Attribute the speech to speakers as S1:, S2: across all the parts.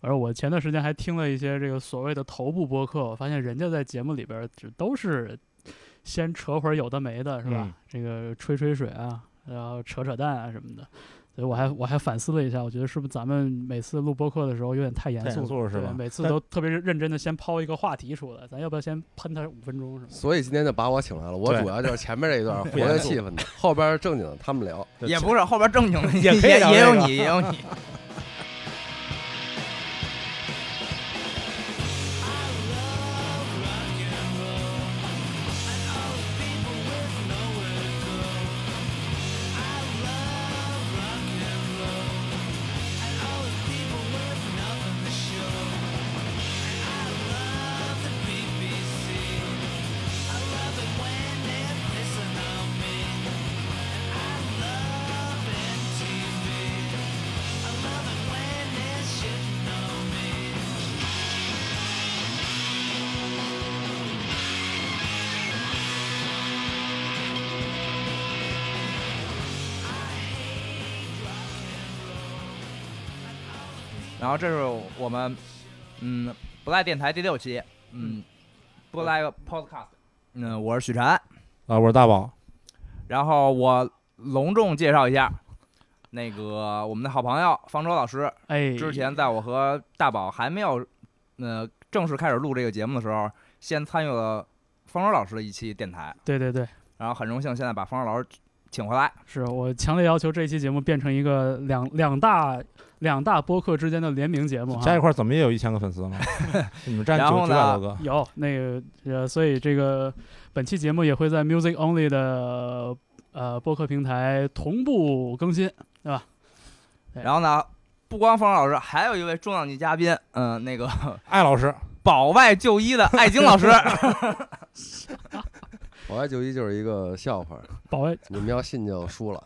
S1: 而我前段时间还听了一些这个所谓的头部播客，我发现人家在节目里边儿只都是先扯会儿有的没的，是吧？
S2: 嗯
S1: 这个吹吹水啊，然后扯扯淡啊什么的。所以我还我还反思了一下，我觉得是不是咱们每次录播客的时候有点太严
S2: 太
S1: 肃
S2: 严
S1: 了，
S2: 肃了是
S1: 对
S2: 吧
S1: 每次
S2: 但
S1: 都特别认真的先抛一个话题出来，咱要不要先喷他五分钟是吗？
S3: 所以今天就把我请来了。我
S2: 对
S3: 主要就是前面这一段活
S2: 不严
S3: 跃
S2: 肃
S3: 气氛的，后边正经的他们聊。
S2: 对
S4: 也不是后边正经的，
S2: 也
S4: 也
S2: 可以聊
S4: 也
S2: 这
S4: 有
S2: 个
S4: 你，也有你。 然后这是我们，嗯，不赖电台第六期，嗯，不赖个 podcast，嗯，我是许晨，
S2: 啊，我是大宝，
S4: 然后我隆重介绍一下，那个我们的好朋友方舟老师，
S1: 哎，
S4: 之前在我和大宝还没有，呃，正式开始录这个节目的时候，先参与了方舟老师的一期电台，
S1: 对对对，
S4: 然后很荣幸现在把方舟老师请回来，
S1: 是我强烈要求这期节目变成一个两两大两大播客之间的联名节目哈。
S2: 加一块儿怎么也有一千个粉丝 了，你们占
S4: 然
S2: 九
S4: 后
S2: 九百
S4: 呢
S2: 多个，
S1: 有那个呃，所以这个本期节目也会在 Music Only 的呃播客平台同步更新。对
S4: 然后呢，不光方舟老师，还有一位重量级嘉宾，嗯、那个
S2: 艾老师，
S4: 保外就医的艾晶老 师，
S3: 我爱就医就是一个笑话，
S1: 保外
S3: 你们要信就输了。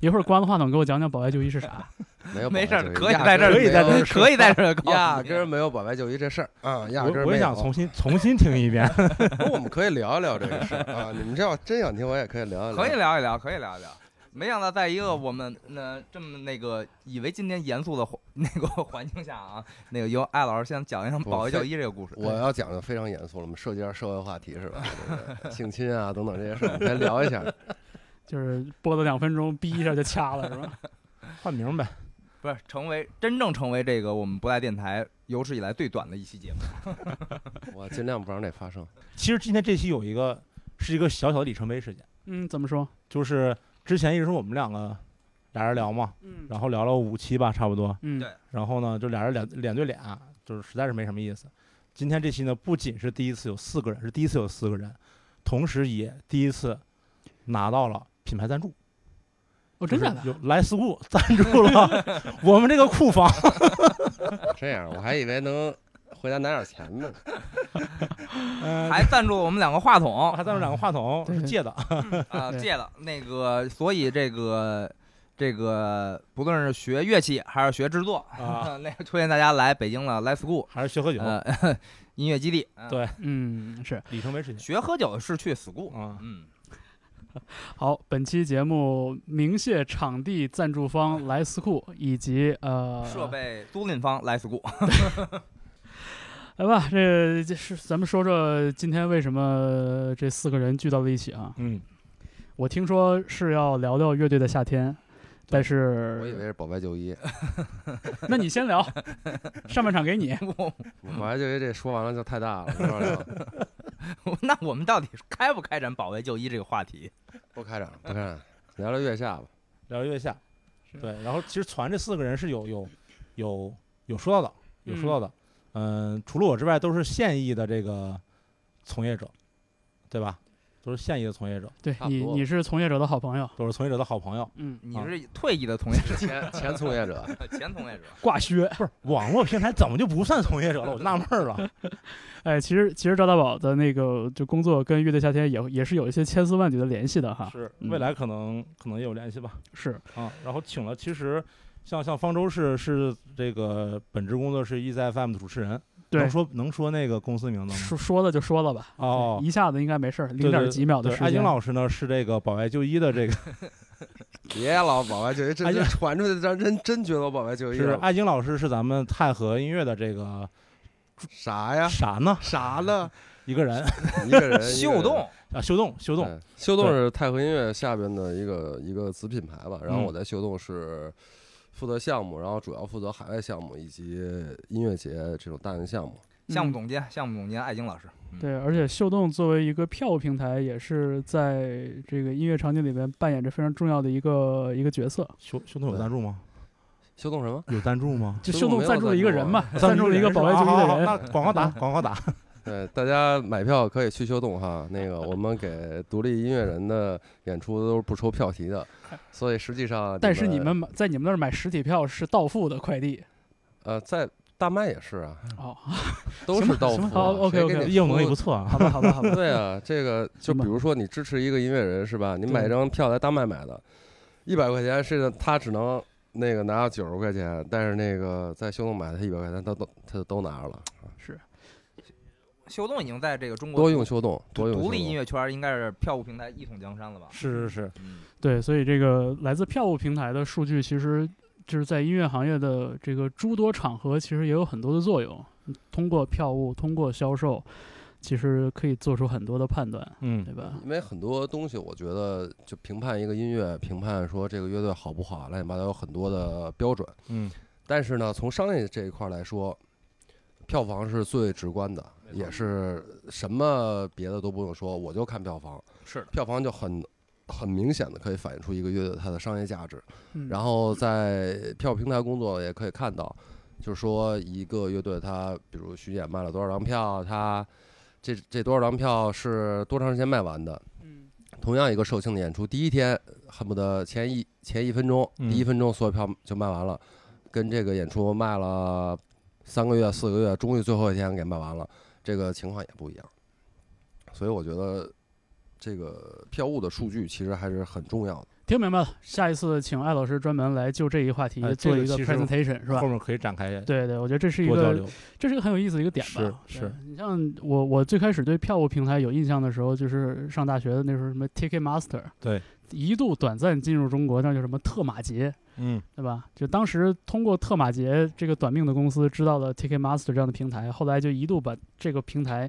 S1: 一会儿关了话筒，给我讲讲保外就医是 啥？
S3: 没有保
S4: 没
S3: 外
S4: 事儿
S3: 就医，
S4: 可以
S3: 压
S4: 在
S3: 根
S4: 这儿，
S2: 可以在
S3: 没有
S2: 这
S4: 可以在这儿告 诉
S3: 压
S4: 你
S3: 根儿没有保外就医这事儿啊，压根
S2: 我
S3: 儿
S2: 我
S3: 没
S2: 也
S3: 有
S2: 想。重新重新听一 遍，
S3: 不过我们可以聊一聊这个事儿啊，你们这要真想听，我也可以聊一聊。
S4: 可以聊一聊，可以聊一聊。没想到在一个我们呃这么那个以为今天严肃的环 那个环境下啊，那个由艾老师先讲一讲
S3: 我
S4: 保卫
S3: 非
S4: 就医这个故事。哎
S3: 我要讲的非常严肃了，我们涉及到社会话题是吧？这个性侵啊等等这些事儿，我们先聊一下。
S1: 就是播了两分钟，逼一下就掐了是 吧？
S2: 换名呗，
S4: 不是成为真正成为这个我们不赖电台有史以来最短的一期 节目。
S3: 我尽量不让这发生。
S2: 其实今天这期有一个是一个小小的里程碑事件，
S1: 嗯，怎么说？
S2: 就是之前一直是我们两个俩人聊嘛，
S1: 嗯
S2: 然后聊了五期吧，差不多，
S1: 嗯，
S4: 对
S2: 然后呢就俩人脸脸对脸，啊就是实在是没什么意思。今天这期呢，不仅是第一次有四个人，是第一次有四个人，同时也第一次拿到了品牌赞助，
S1: 哦，真
S2: 就
S1: 假
S2: 是
S1: 的？
S2: 有来 school 赞助了 我们这个库房。
S3: 这样，我还以为能回家拿点钱呢。
S2: 呃
S4: 还赞助了我们两个话 筒
S2: 还赞助两个话筒
S1: 对
S2: 是借的，
S4: 啊，
S1: 对
S4: 借了那个，所以这个这个不论是学乐器还是学制作
S2: 啊
S4: 那个推荐大家来北京的 Live School
S2: 还是学喝酒
S4: 呃音乐基地。嗯
S2: 对
S1: 嗯，是。
S2: 里程碑事情
S4: 学喝酒是去 school。
S2: 啊。
S4: 嗯，
S1: 好，本期节目鸣谢场地赞助方莱斯库以及呃
S4: 设备租赁方 Live School。
S1: 来吧，哎这这是咱们说说今天为什么这四个人聚到了一起啊？
S2: 嗯，
S1: 我听说是要聊聊乐队的夏天，但是
S3: 我以为是保外就医，
S1: 那你先聊， 上半场给你。
S3: 保外就医这说完了就太大了，没法聊。
S4: 那我们到底开不开展保卫就医这个话题？
S3: 不开展，不开展，聊聊月下吧。
S2: 聊月下，
S1: 是
S2: 对，然后其实传这四个人是有有有有说到的，有说到的，嗯、除了我之外都是现役的这个从业者，对吧？都是现役的从业者，
S1: 对
S3: 差不
S1: 你，
S3: 多
S1: 你是从业者的好朋友，
S2: 都是从业者的好朋友。
S1: 嗯，
S4: 你
S2: 啊
S4: 是退役的从业者，
S3: 前前从业者，
S4: 前从业者。
S1: 挂靴。
S2: 不是网络平台怎么就不算从业者了？我就纳闷儿了。
S1: 哎，其实其实赵大宝的那个就工作跟乐队夏天也也是有一些千丝万缕的联系的哈。
S2: 是
S1: 嗯
S2: 未来可能可能也有联系吧。
S1: 是，
S2: 啊，然后请了，其实像像方舟是是这个本职工作是 EZ FM 的主持人，
S1: 对
S2: 能，说能说那个公司名字吗？
S1: 说说了就说了吧。
S2: 哦，
S1: 一下子应该没事儿，
S2: 对
S1: 零点几秒的
S2: 对
S1: 时
S2: 艾
S1: 间
S2: 晶。老师呢是这个保外就医的这个
S3: 别老往外就业，这
S2: 哎
S3: 这
S2: 呀
S3: 传出去，让人真觉得我往外就业
S2: 是
S3: 了。
S2: 艾晶老师是咱们泰和音乐的这个
S3: 啥哎呀？
S2: 啥呢？
S3: 啥呢？
S2: 一个人
S3: 呃一 个人
S4: 秀动，
S2: 啊，秀动秀
S3: 秀
S2: 动，
S3: 秀动
S2: 对
S3: 是太和音乐下边的一个一个子品牌吧。然后
S2: 嗯
S3: 我在秀动是负责项目，然后主要负责海外项目以及音乐节这种大型项目。
S4: 项目总监，项目总监艾晶老师，
S1: 嗯
S4: 嗯，
S1: 对，而且秀动作为一个票务平台，也是在这个音乐场景里边扮演着非常重要的一个一个角色。
S2: 秀秀动有
S3: 对
S2: 赞助吗？
S3: 秀动什么？
S2: 有赞助 吗？
S1: 就
S3: 秀
S1: 秀
S3: 动
S1: 动
S3: 没有
S1: 赞助了
S3: 赞
S1: 一个
S3: 助
S1: 人
S3: 我
S1: 嘛， 赞助了一个
S2: 宝
S1: 保外就医的人。
S2: 那广告打广告打，
S3: 对，呃大家买票可以去修动哈。那个，我们给独立音乐人的演出都是不收票题的，所以实际上，
S1: 但是你们买在你们那儿买实体票是到付的快递
S3: 呃，在大麦也是啊，
S1: 哦，
S3: 都
S2: 行吧
S3: 是到付
S2: 行
S3: 啊。
S1: 吧好
S3: 谁
S1: 哦 OK，OK，
S3: 给你
S2: 业务能力
S3: 出
S2: 不错啊。
S1: 好吧，好吧，好吧，
S3: 对啊，这个就
S1: 行吧
S3: 比如说你支持一个音乐人是吧？你
S1: 对
S3: 买一张票在大麦买的，一百块钱是他只能那个拿到九十块钱，但是那个在修动买的他一百块钱，他都他就都拿着了。
S1: 是
S4: 秀动已经在这个中国
S3: 多用修动，多用
S4: 独立
S3: 修动
S4: 音乐圈应该是票务平台一统江山 了吧？
S2: 是是是，
S4: 嗯，
S1: 对，所以这个来自票务平台的数据，其实就是在音乐行业的这个诸多场合，其实也有很多的作用。通过票务，通过销售，其实可以做出很多的判断，
S2: 嗯
S1: 对吧？
S3: 因为很多东西，我觉得就评判一个音乐，评判说这个乐队好不好，乱七八糟有很多的标准。
S2: 嗯，
S3: 但是呢，从商业这一块来说，票房是最直观的，也是什么别的都不用说，我就看票房，
S4: 是的，
S3: 票房就很很明显的可以反映出一个乐队它的商业价值。
S1: 嗯
S3: 然后在票务平台工作也可以看到，就是说一个乐队它比如巡演卖了多少张票，它这这多少张票是多长时间卖完的。
S1: 嗯
S3: 同样一个售罄的演出，第一天恨不得前一前一分钟，
S2: 嗯
S3: 第一分钟所有票就卖完了，跟这个演出卖了三个月四个月，终于最后一天给卖完了，这个情况也不一样。所以我觉得这个票务的数据其实还是很重要的。
S1: 听明白了，下一次请艾老师专门来就这一话题
S2: 哎这
S1: 做
S2: 个
S1: 一个
S2: 其实
S1: presentation，是吧
S2: 后？面可以展开
S1: 对对，我觉得这是一
S2: 多交
S1: 个
S2: 流。
S1: 这是一个很有意思的一个点吧。
S2: 是
S1: 对
S2: 是
S1: 你像我，我最开始对票务平台有印象的时候，就是上大学的那时候，什么 Ticket Master，
S2: 对，
S1: 一度短暂进入中国，那叫什么特马节，
S2: 嗯，
S1: 对吧？就当时通过特马节这个短命的公司知道了 Ticket Master 这样的平台，后来就一度把这个平台，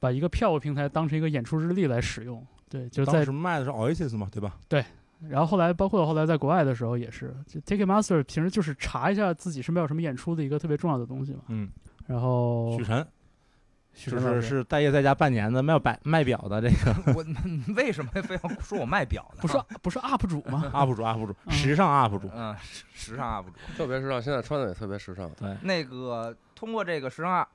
S1: 把一个票务平台当成一个演出日历来使用。对，就
S2: 当
S1: 在
S2: 时卖的是 Oasis 嘛，对吧？
S1: 然后后来，包括后来在国外的时候也是，就 Ticketmaster 平时就是查一下自己身边有什么演出的一个特别重要的东西嘛。
S2: 嗯，
S1: 然后
S2: 许晨
S1: 许
S2: 就
S1: 晨老
S2: 是
S1: 师
S2: 是待业在家半年的卖表卖表的这 个
S4: 我 为什么非要说我卖表呢？
S1: 不是，不是 UP 主 吗？
S2: UP 主 UP 主，
S1: 嗯
S2: 时尚 UP 主，
S4: 嗯，时时尚 UP 主。
S3: 特别时尚，现在穿的也特别时尚。
S2: 对，
S4: 那个通过这个时尚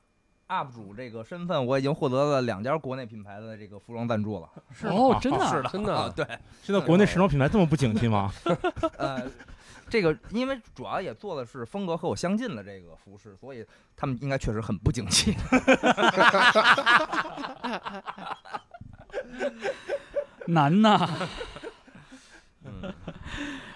S4: UP 主这个身份，我已经获得了两家国内品牌的这个服装赞助了。
S1: 哦，真的啊，
S4: 是的，
S3: 真的
S4: 啊对，
S2: 现在国内时装品牌这么不景气吗？
S4: 呃，这个因为主要也做的是风格和我相近的这个服饰，所以他们应该确实很不景 气。
S1: 难呐。
S4: 嗯，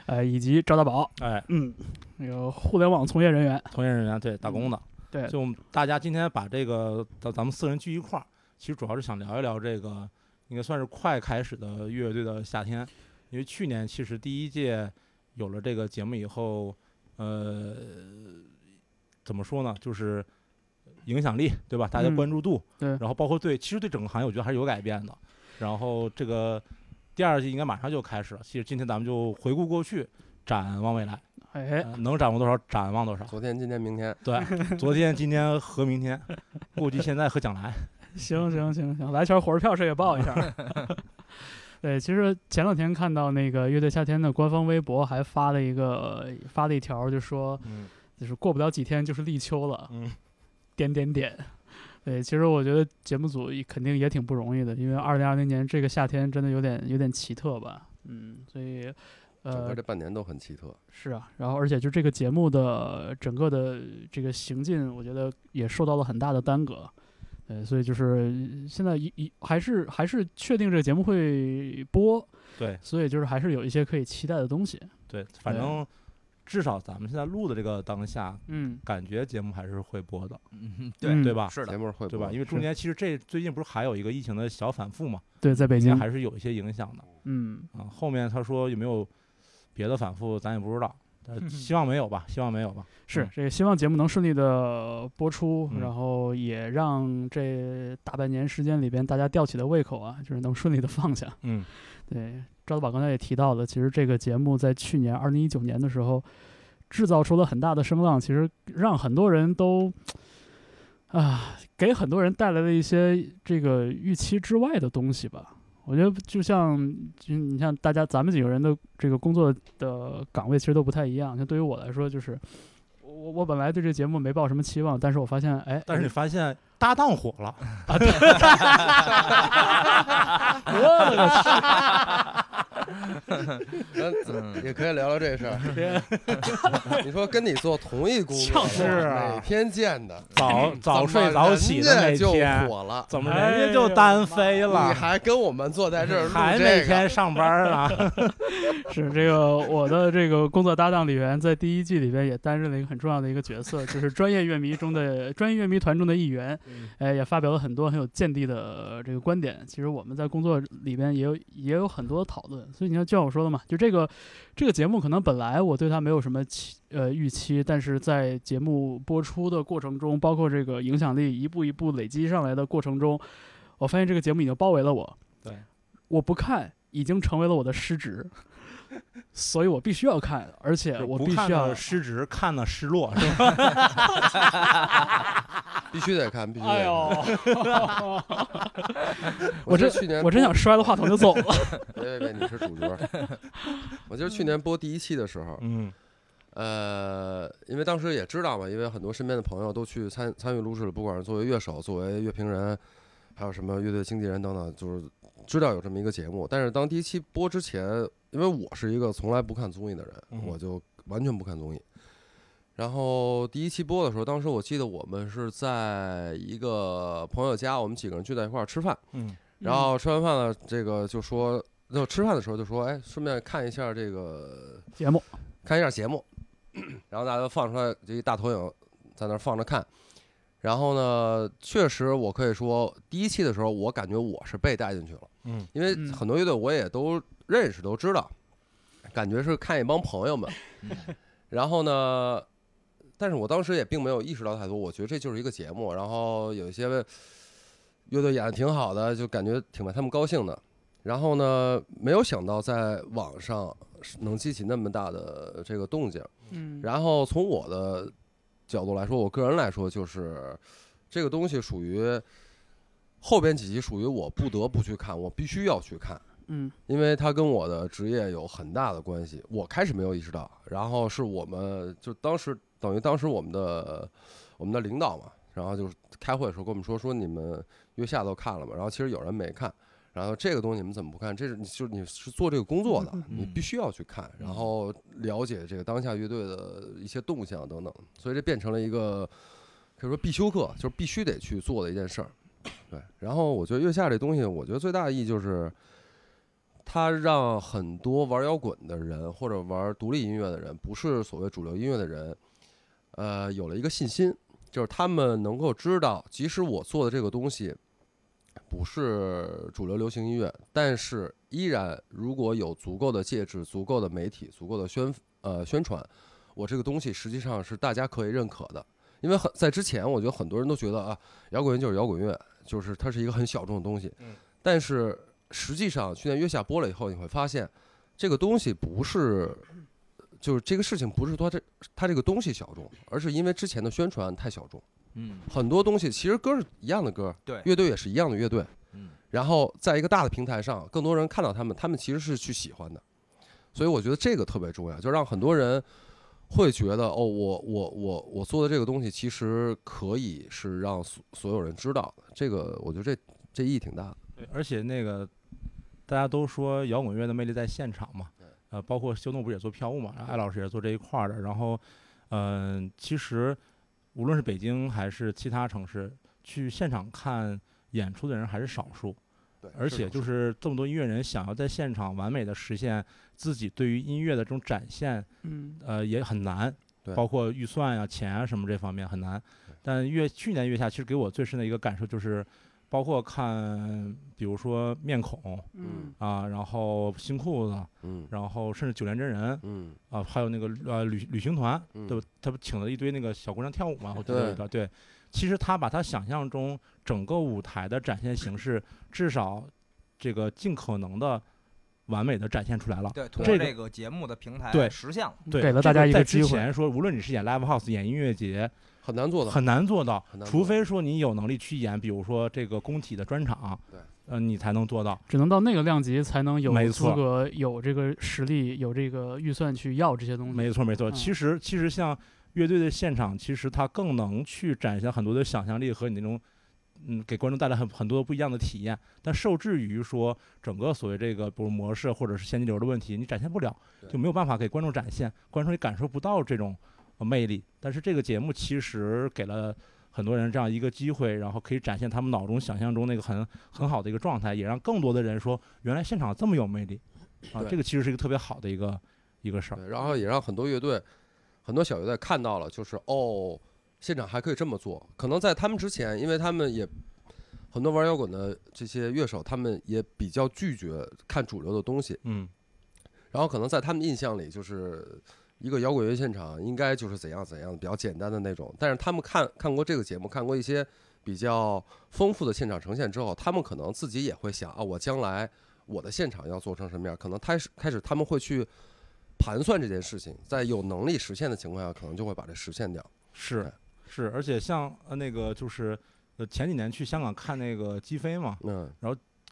S1: 呃，以及赵大宝，
S2: 哎，
S1: 嗯，那个互联网从业人员，
S2: 从业人员对打工的，
S1: 对
S2: 就大家今天把这个咱咱们四个人聚一块儿，其实主要是想聊一聊这个，应该算是快开始的乐队的夏天，因为去年其实第一届有了这个节目以后，呃，怎么说呢，就是影响力对吧？大家
S1: 嗯
S2: 关注度，
S1: 对
S2: 然后包括对，其实对整个行业我觉得还是有改变的。然后这个第二季应该马上就开始了，其实今天咱们就回顾过去，展望未来，
S1: 哎，
S2: 呃能展望多少展望多少。
S3: 昨天、今天、明天，
S2: 对，昨天、今天和明天，估计现在和将来。
S1: 行行行行，来圈火车票谁也报 一下。对，其实前两天看到那个乐队夏天的官方微博还发了一个发了一条，就说
S2: 嗯
S1: 就是过不了几天就是立秋了，
S2: 嗯，
S1: 点点点。对，其实我觉得节目组也肯定也挺不容易的，因为二零二零年这个夏天真的有点有点奇特吧，嗯，所以，
S3: 整
S1: 呃
S3: 个这，半年都很奇特。
S1: 是啊，然后而且就这个节目的整个的这个行进，我觉得也受到了很大的耽搁，呃，所以就是现在一一还是还是确定这个节目会播，
S2: 对
S1: 所以就是还是有一些可以期待的东西，
S2: 对，反正至少咱们现在录的这个当下，
S1: 嗯，
S2: 感觉节目还是会播的，
S4: 嗯，
S1: 嗯
S4: 对
S2: 对吧？
S4: 是
S3: 节
S4: 的，
S3: 目会
S2: 对吧？
S3: 播
S2: 因为中间其实这最近不是还有一个疫情的小反复嘛，
S1: 对，在北
S2: 应该
S1: 京，
S2: 还是有一些影响的
S1: 嗯，
S2: 啊。后面他说有没有别的反复咱也不知道，但
S1: 嗯
S2: 是希望没有吧，希望没有吧。
S1: 是
S2: 嗯，
S1: 这个希望节目能顺利的播出，
S2: 嗯
S1: 然后也让这大半年时间里边大家吊起的胃口啊，就是能顺利的放下。
S2: 嗯，
S1: 对，赵子宝刚才也提到了，其实这个节目在去年二零一九年的时候，制造出了很大的声浪，其实让很多人都啊，给很多人带来了一些这个预期之外的东西吧。我觉得就像，就你像大家咱们几个人的这个工作的岗位其实都不太一样。像对于我来说，就是我我我本来对这节目没抱什么期望，但是我发现，哎，
S2: 但是你发现搭档火了，
S1: 我的个
S3: 咱
S4: 嗯
S3: 也可以聊聊这事儿。
S1: 天，
S3: 你说跟你做同一工作的，
S2: 就是啊
S3: 每天见的，
S2: 早早睡早起的那
S3: 怎么人家就
S2: 天，
S3: 火了，
S2: 怎么人家就单飞
S3: 你
S2: 了，
S3: 还跟我们坐在这儿录
S2: 还每
S3: 这个？
S2: 天上班啊了？
S1: 是这个我的这个工作搭档李源，在第一季里边也担任了一个很重要的一个角色，就是专业乐迷中的专业乐迷团中的一员，哎，也发表了很多很有见地的呃这个观点。其实我们在工作里边也有也有很多讨论，所以你看，就像我说的嘛，就这个这个节目，可能本来我对它没有什么期呃预期，但是在节目播出的过程中，包括这个影响力一步一步累积上来的过程中，我发现这个节目已经包围了我。
S2: 对，
S1: 我不看已经成为了我的失职， 所以我必须要看，而且我
S2: 呃不
S1: 必
S2: 看
S1: 须要
S2: 了失职，看了失落，是吧？
S3: 必须得看，必须得
S1: 哎
S3: 看。
S1: 呦，
S3: 我
S1: 真
S3: 是去年
S1: 我真想摔了话筒就走 了。
S3: 播，别别别，你是主角。 我就是去年播第一期的时候，
S2: 嗯
S3: 呃，因为当时也知道嘛，因为很多身边的朋友都去参参与录制了，不管是作为乐手、作为乐评人，还有什么乐队经纪人等等，就是知道有这么一个节目。但是当第一期播之前，因为我是一个从来不看综艺的人，
S2: 嗯
S3: 我就完全不看综艺。然后第一期播的时候，当时我记得我们是在一个朋友家，我们几个人聚在一块儿吃饭。
S2: 嗯
S3: 然后吃完饭了，这个就说，就吃饭的时候就说，哎，顺便看一下这个
S1: 嗯节目，
S3: 看一下节目， 然后大家都放出来这一大投影在那儿放着看。然后呢，确实我可以说，第一期的时候，我感觉我是被带进去了，
S2: 嗯
S3: 因为
S1: 嗯
S3: 很多乐队我也都认识，都知道，感觉是看一帮朋友们。然后呢，但是我当时也并没有意识到太多，我觉得这就是一个节目。然后有一些乐队演的挺好的，就感觉挺为他们高兴的。然后呢，没有想到在网上是能激起那么大的呃这个动静。
S1: 嗯
S3: 然后从我的角度来说，我个人来说，就是这个东西属于后边几集属于我不得不去看，我必须要去看。
S1: 嗯
S3: 因为它跟我的职业有很大的关系。我开始没有意识到，然后是我们就当时等于当时我们的我们的领导嘛，然后就是开会的时候跟我们说说你们月下都看了嘛，然后其实有人没看，然后这个东西你们怎么不看？这是你就是你是做这个工作的
S1: 嗯，
S2: 嗯
S3: 你必须要去看，然后了解这个当下乐队的一些动向等等，所以这变成了一个可以说必修课，就是必须得去做的一件事儿。对，然后我觉得月下这东西，我觉得最大的意义就是。它让很多玩摇滚的人或者玩独立音乐的人，不是所谓主流音乐的人，呃，有了一个信心，就是他们能够知道，即使我做的这个东西不是主流流行音乐，但是依然如果有足够的介质、足够的媒体、足够的宣呃宣传，我这个东西实际上是大家可以认可的。因为很在之前，我觉得很多人都觉得啊，摇滚乐就是摇滚乐，就是它是一个很小众的东西。
S2: 嗯
S3: 但是实际上，去年月下播了以后，你会发现这个东西不是，就是这个事情不是说它这它这个东西小众，而是因为之前的宣传太小众。
S4: 嗯
S3: 很多东西其实歌是一样的歌，
S4: 对
S3: 乐队也是一样的乐队，
S4: 嗯
S3: 然后在一个大的平台上，更多人看到他们，他们其实是去喜欢的，所以我觉得这个特别重要，就让很多人会觉得哦，我我我我做的这个东西其实可以是让所所有人知道的，这个我觉得这这意义挺大的，
S2: 对而且那个大家都说摇滚乐的魅力在现场嘛，呃，包括修诺不是也做票务嘛，然后艾老师也做这一块儿的，然后，嗯、其实无论是北京还是其他城市，去现场看演出的人还是少数，
S3: 对
S2: 而且就是这么多音乐人想要在现场完美的实现自己对于音乐的这种展现，
S1: 嗯
S2: 呃，也很难
S3: 对，
S2: 包括预算呀、钱啊什么这方面很难
S3: 对。
S2: 但月去年月下，其实给我最深的一个感受就是，包括看，比如说面孔
S1: 嗯
S2: 啊，然后新裤子，
S3: 嗯
S2: 然后甚至九连真人
S3: 嗯
S2: 啊，还有那个呃旅旅行团，
S3: 嗯，
S2: 对吧？他不请了一堆那个小姑娘跳舞嘛，我记得里边对。其实他把他想象中整个舞台的展现形式，至少这个尽可能的完美的展现出来了。
S4: 对，通
S2: 这
S4: 过
S2: 个
S4: 这个节目的平台
S2: 对
S4: 实现了。
S2: 对，
S1: 嗯给了
S2: 这
S1: 大家一
S2: 在
S1: 个机
S2: 之
S1: 会。
S2: 前说，无论你是演 live house、演音乐节，
S3: 很难做到，
S2: 很难做到
S3: 很，难做
S2: 除
S3: 到
S2: 非说你有能力去演，比如说这个工体的专场，
S3: 对，
S2: 呃，你才能做到。
S1: 只能到那个量级才能有
S2: 没
S1: 资
S2: 错
S1: 格、有这个实力、有这个预算去要这些东西。
S2: 没错，没错。
S1: 嗯
S2: 其实，其实像乐队的现场，其实它更能去展现很多的想象力和你那种，嗯，给观众带来很很多不一样的体验。但受制于说整个所谓这个，比如模式或者是现金流的问题，你展现不了，
S3: 对
S2: 就没有办法给观众展现，观众也感受不到这种、呃魅力。但是这个节目其实给了。很多人这样一个机会，然后可以展现他们脑中想象中那个很很好的一个状态，也让更多的人说，原来现场这么有魅力，啊，
S3: 对
S2: 这个其实是一个特别好的一个一个事儿。
S3: 对，然后也让很多乐队、很多小乐队看到了，就是哦，现场还可以这么做。可能在他们之前，因为他们也很多玩摇滚的这些乐手，他们也比较拒绝看主流的东西。
S2: 嗯，
S3: 然后可能在他们印象里，就是一个摇滚乐现场应该就是怎样怎样比较简单的那种。但是他们看看过这个节目，看过一些比较丰富的现场呈现之后，他们可能自己也会想啊，我将来我的现场要做成什么样？可能开始开始他们会去盘算这件事情，在有能力实现的情况下，可能就会把这实现掉。对
S2: 是是，而且像呃那个就是呃前几年去香港看那个击飞嘛，
S3: 嗯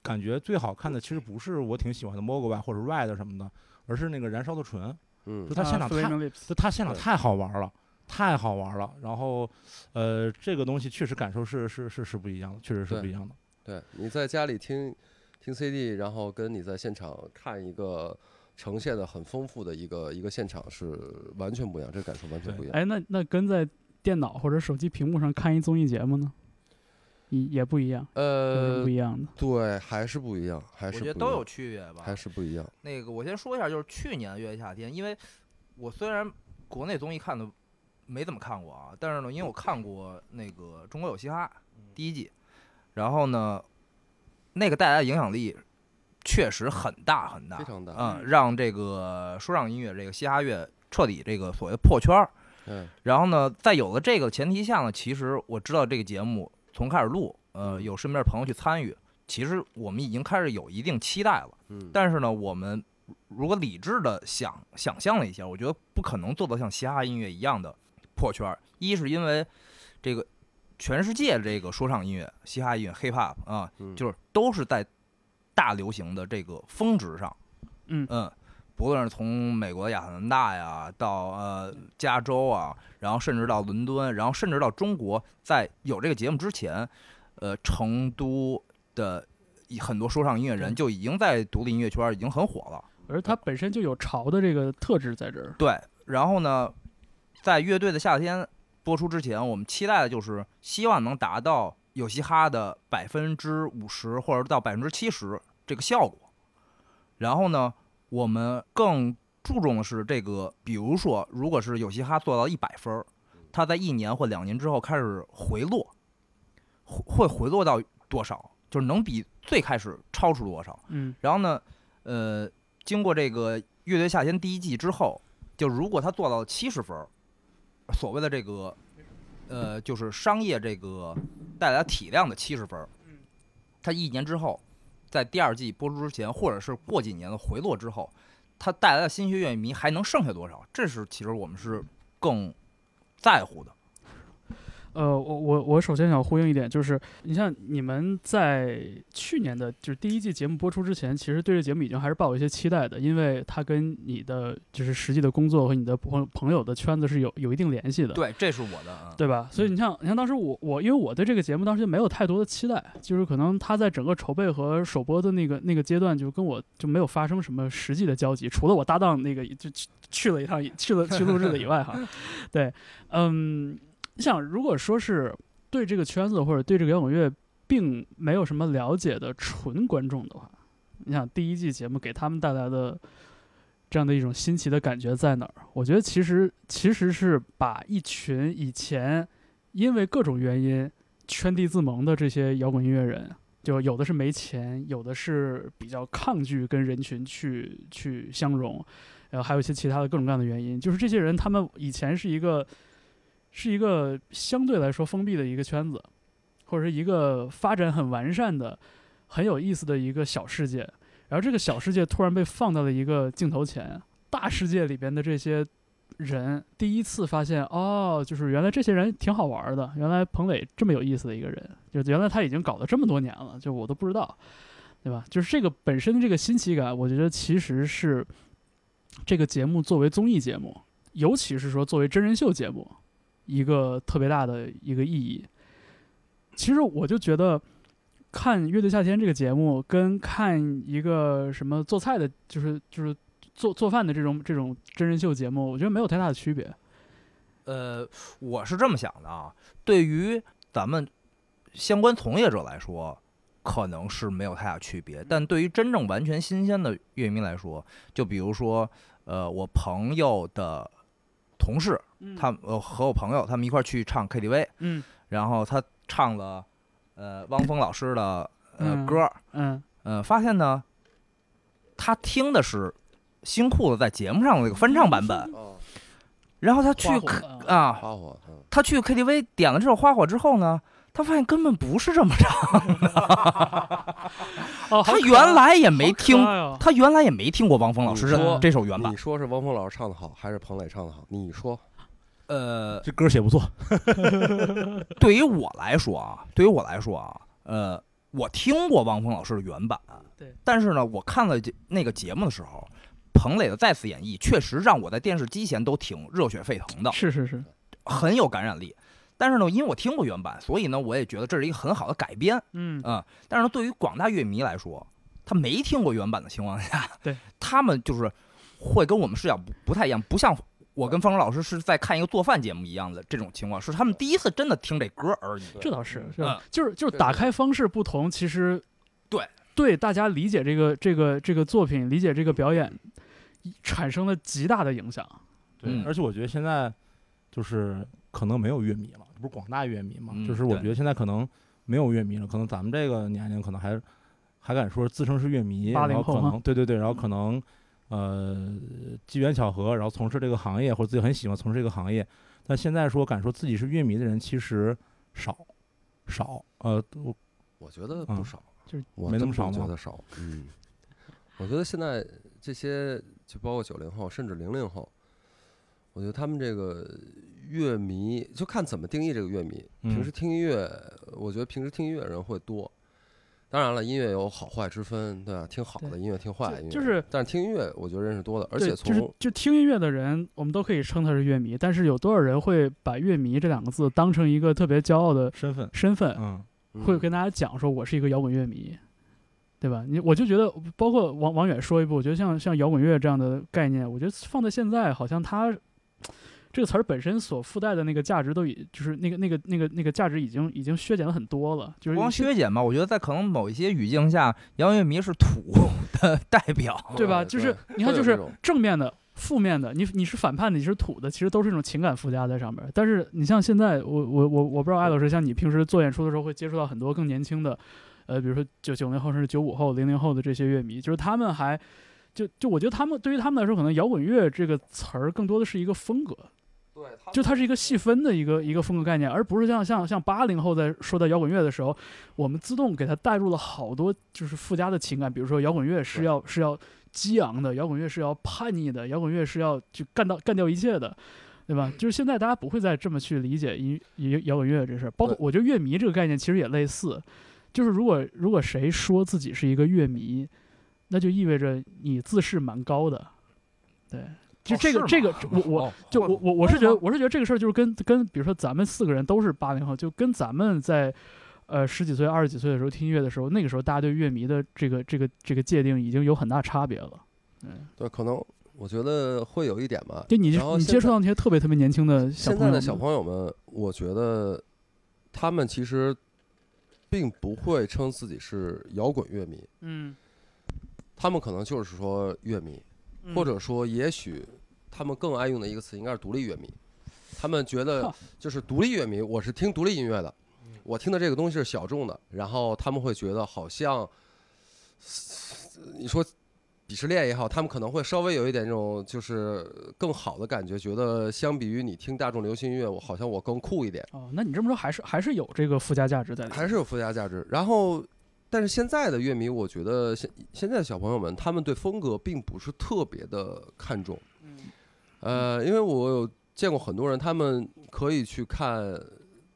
S2: 感觉最好看的其实不是我挺喜欢的 Mogwai 或者 Red 什么的，而是那个燃烧的唇，
S3: 嗯
S2: 就
S1: 啊
S2: 他现场
S1: 呃
S2: 太、就他现场
S3: 对
S2: 太好玩了。太好玩了，然后，呃，这个东西确实感受是是是是不一样的，确实是
S3: 对
S2: 不一样的。
S3: 对，你在家里听听 CD，然后跟你在现场看一个呈现的很丰富的一个一个现场是完全不一样，这感受完全不一样。
S1: 哎，那那跟在电脑或者手机屏幕上看一综艺节目呢，也也不一样，有什么
S3: 呃
S1: 不，一样的。
S3: 对，还是不一样，还
S4: 我
S3: 是
S4: 觉得
S3: 不
S4: 都
S3: 一
S4: 有
S3: 样
S4: 区别吧。
S3: 还是不一样。
S4: 那个，我先说一下，就是去年的《越夏天》，因为我虽然国内综艺看的没怎么看过啊，但是呢，因为我看过那个《中国有嘻哈》
S3: 嗯
S4: 第一季，然后呢，那个带来的影响力确实很大很大，
S3: 非常大
S4: 嗯，让这个说唱音乐这个嘻哈乐彻底这个所谓的破圈儿。
S3: 嗯，
S4: 然后呢，在有了这个前提下呢，其实我知道这个节目从开始录，
S3: 嗯
S4: 呃，有身边的朋友去参与，其实我们已经开始有一定期待了。
S3: 嗯
S4: 但是呢，我们如果理智的想想象了一下，我觉得不可能做到像嘻哈音乐一样的破圈儿。一是因为这个全世界这个说唱音乐、嘻哈音乐、hiphop 啊，
S3: 嗯
S4: 就是都是在大流行的这个峰值上。
S1: 嗯
S4: 不论是从美国的亚特兰大呀，到呃加州啊，然后甚至到伦敦，然后甚至到中国，在有这个节目之前，呃，成都的很多说唱音乐人
S1: 对
S4: 就已经在独立音乐圈已经很火了。
S1: 而它本身就有潮的这个特质在这儿。
S4: 对，然后呢，在乐队的夏天播出之前，我们期待的就是希望能达到有嘻哈的百分之五十或者到百分之七十这个效果。然后呢，我们更注重的是这个，比如说，如果是有嘻哈做到一百分儿，它在一年或两年之后开始回落，会会回落到多少？就是能比最开始超出多少？
S1: 嗯，
S4: 然后呢，呃，经过这个《乐队夏天》第一季之后，就如果他做到七十分儿，所谓的这个，呃，就是商业这个带来体量的七十分儿，他一年之后，在第二季播出之前，或者是过几年的回落之后，他带来的新学乐迷还能剩下多少？这是其实我们是更在乎的。
S1: 呃，我我我首先想呼应一点，就是你像你们在去年的，就是第一季节目播出之前，其实对这节目已经还是抱有一些期待的，因为它跟你的就是实际的工作和你的朋朋友的圈子是有有一定联系的。
S4: 对，这是我的。嗯
S1: 对吧？所以你像，你像当时我我，因为我对这个节目当时就没有太多的期待，就是可能它在整个筹备和首播的那个那个阶段，就跟我就没有发生什么实际的交集，除了我搭档那个就去去了一趟，去了去录制的以外哈， 对，嗯，你想如果说是对这个圈子或者对这个摇滚乐并没有什么了解的纯观众的话，你想第一季节目给他们带来的这样的一种新奇的感觉在哪儿？我觉得其实其实是把一群以前因为各种原因圈地自萌的这些摇滚音乐人，就有的是没钱，有的是比较抗拒跟人群去去相融，然后还有一些其他的各种各样的原因。就是这些人，他们以前是一个是一个相对来说封闭的一个圈子，或者是一个发展很完善的、很有意思的一个小世界。然后这个小世界突然被放到了一个镜头前，大世界里边的这些人第一次发现，哦，就是原来这些人挺好玩的，原来彭磊这么有意思的一个人，就原来他已经搞了这么多年了，就我都不知道，对吧？就是这个本身这个新奇感，我觉得其实是这个节目作为综艺节目，尤其是说作为真人秀节目，一个特别大的一个意义。其实我就觉得。看《乐队夏天》这个节目，跟看一个什么做菜的，就是就是做做饭的这种这种真人秀节目，我觉得没有太大的区别。
S4: 呃，我是这么想的啊，对于咱们相关从业者来说，可能是没有太大区
S1: 嗯
S4: 别，但对于真正完全新鲜的乐迷来说，就比如说，呃，我朋友的同事，他们呃和我朋友他们一块儿去唱 KTV，
S1: 嗯
S4: 然后他唱了呃汪峰老师的呃
S1: 嗯
S4: 歌儿，
S1: 嗯
S4: 呃，发现呢，他听的是新裤子在节目上的那个翻唱版本，
S3: 哦，
S4: 然后他去
S1: 嗯花火
S4: K-
S1: 嗯
S4: 啊，
S3: 花火，嗯，
S4: 他去 KTV 点了这首《花火》之后呢，他发现根本不是这么唱，
S1: 哦，好
S4: 他
S1: 可
S4: 原来也
S1: 好
S4: 没
S1: 可
S4: 听，
S1: 爱哦
S4: 他原来也没听过汪峰老师
S3: 你
S4: 这
S3: 说
S4: 这首原版
S3: 你。说是汪峰老师唱的好，还是彭磊唱的好？你说，
S4: 呃，
S2: 这歌写不错，
S4: 对于我来说啊，对于我来说啊，呃，我听过汪峰老师的原版，
S1: 对，
S4: 但是呢，我看了节那个节目的时候，彭磊的再次演绎确实让我在电视机前都挺热血沸腾的，
S1: 是是是，
S4: 很有感染力。但是呢，因为我听过原版，所以呢，我也觉得这是一个很好的改编。
S1: 嗯
S4: 嗯，但是呢对于广大乐迷来说，他没听过原版的情况下，
S1: 对
S4: 他们就是会跟我们视角不不太一样，不像我跟方舟老师是在看一个做饭节目一样的这种情况，是他们第一次真的听这歌而已。
S1: 这倒是，是
S4: 嗯
S1: 吧就是就是
S3: 对
S1: 打
S3: 对
S1: 开方式不同，其实
S4: 对
S1: 对大家理解这个这个这个作品，理解这个表演，产生了极大的影响。
S4: 嗯
S2: 而且我觉得现在就是可能没有乐迷了，不是广大乐迷嘛，
S4: 嗯
S2: 就是我
S4: 对
S2: 觉得现在可能没有乐迷了，可能咱们这个年龄可能还还敢说自称是乐迷，
S1: 80
S2: 然后可
S1: 后哈
S2: 能对对对，然后可能呃机缘巧合，然后从事这个行业或者自己很喜欢从事这个行业，但现在说敢说自己是乐迷的人其实少少，呃，我
S3: 我觉得
S2: 嗯
S3: 不少，
S1: 就是
S3: 我
S2: 没那
S3: 真
S2: 么少
S3: 不觉
S2: 吗
S3: 得少。嗯，我觉得现在这些就包括九零后，甚至零零后，我觉得他们这个乐迷，就看怎么定义这个乐迷。平
S2: 嗯
S3: 时听音乐，我觉得平时听音乐的人会多。当然了，音乐有好坏之分，对吧？听好的
S1: 对
S3: 音乐，听坏的音乐，
S1: 就是
S3: 但是听音乐，我觉得人是多的，而
S1: 对
S3: 且
S1: 就是
S3: 从
S1: 就听音乐的人，我们都可以称他是乐迷，但是有多少人会把乐迷这两个字当成一个特别骄傲的
S2: 身份，
S1: 身份，
S2: 嗯
S1: 会
S3: 嗯
S1: 跟大家讲说我是一个摇滚乐迷，对吧？你我就觉得，包括王王远说一步，我觉得像像摇滚乐这样的概念，我觉得放在现在好像它这个词儿本身所附带的那个价值都已就是那个那个那个那个价值已经已经削减了很多了，就是
S4: 不光
S1: 现
S4: 削减吧，我觉得在可能某一些语境下，摇滚乐迷是土 的代表。
S1: 对吧？
S3: 对
S1: 就是
S3: 对
S1: 你看，
S3: 会
S1: 就
S3: 有这
S1: 是
S3: 种
S1: 正面的、负面的，你你是反叛的，你是土的，其实都是一种情感附加在上面。但是你像现在，我我我我不知道艾老师，像你平时做演出的时候，会接触到很多更年轻的，呃，比如说九九零后甚至九五后、零零后的这些乐迷，就是他们还就就我觉得他们对于他们来说，可能摇滚乐这个词儿更多的是一个风格，
S3: 对他
S1: 就它是一个细分的一个一个风格概念，而不是像像像八零后在说到摇滚乐的时候，我们自动给它带入了好多就是附加的情感，比如说摇滚乐是
S3: 对
S1: 要是要激昂的，摇滚乐是要叛逆的，摇滚乐是要去干到干掉一切的，对吧？就是现在大家不会再这么去理解音摇摇滚乐这事儿，包括
S3: 对
S1: 我觉得乐迷这个概念其实也类似，就是如果如果谁说自己是一个乐迷，那就意味着你自视蛮高的，对。就这个、
S4: 是吗
S1: 这个，我我
S4: 哦
S1: 就我我我是觉得我是觉得这个事儿就是跟跟比如说咱们四个人都是八零后，就跟咱们在呃十几岁二十几岁的时候听音乐的时候，那个时候大家对乐迷的这个这个这个界定已经有很大差别了。
S3: 对，可能我觉得会有一点吧。
S1: 就你
S3: 然后
S1: 你
S3: 现
S1: 接触
S3: 在
S1: 到那些特别特别年轻的小
S3: 现
S1: 朋友
S3: 在
S1: 们，
S3: 的小朋友们，我觉得他们其实并不会称自己是摇滚乐迷，
S1: 嗯，
S3: 他们可能就是说乐迷，
S1: 嗯
S3: 或者说也许他们更爱用的一个词应该是独立乐迷。他们觉得
S1: 哈
S3: 就是独立乐迷，我是听独立音乐的，我听的这个东西是小众的，然后他们会觉得好像，你说鄙视链也好，他们可能会稍微有一点这种就是更好的感觉，觉得相比于你听大众流行音乐，我好像我更酷一点，
S1: 哦，那你这么说还是还是有这个附加价值在里面，
S3: 还是有附加价值。然后，但是现在的乐迷，我觉得现现在的小朋友们，他们对风格并不是特别的看重。
S1: 嗯
S3: 呃，因为我有见过很多人，他们可以去看，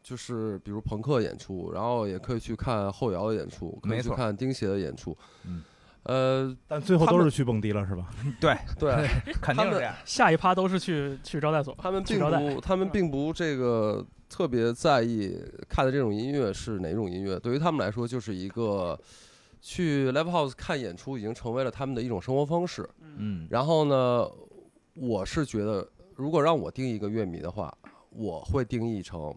S3: 就是比如朋克演出，然后也可以去看后摇的演出，可以
S4: 没
S3: 去
S4: 错
S3: 看钉鞋的演出。
S2: 嗯，
S3: 呃，
S2: 但最后
S3: 他
S2: 都是
S3: 们
S2: 去蹦迪了，是吧？
S4: 对，
S3: 对
S4: 肯定是这样。
S1: 下一趴都是去去招待所，
S3: 他们
S1: 去
S3: 并
S1: 招待
S3: 不，他们并不这个特别在意看的这种音乐是哪种音乐，对于他们来说就是一个。去 live house 看演出已经成为了他们的一种生活方式。
S2: 嗯，
S3: 然后呢，我是觉得，如果让我定义一个乐迷的话，我会定义成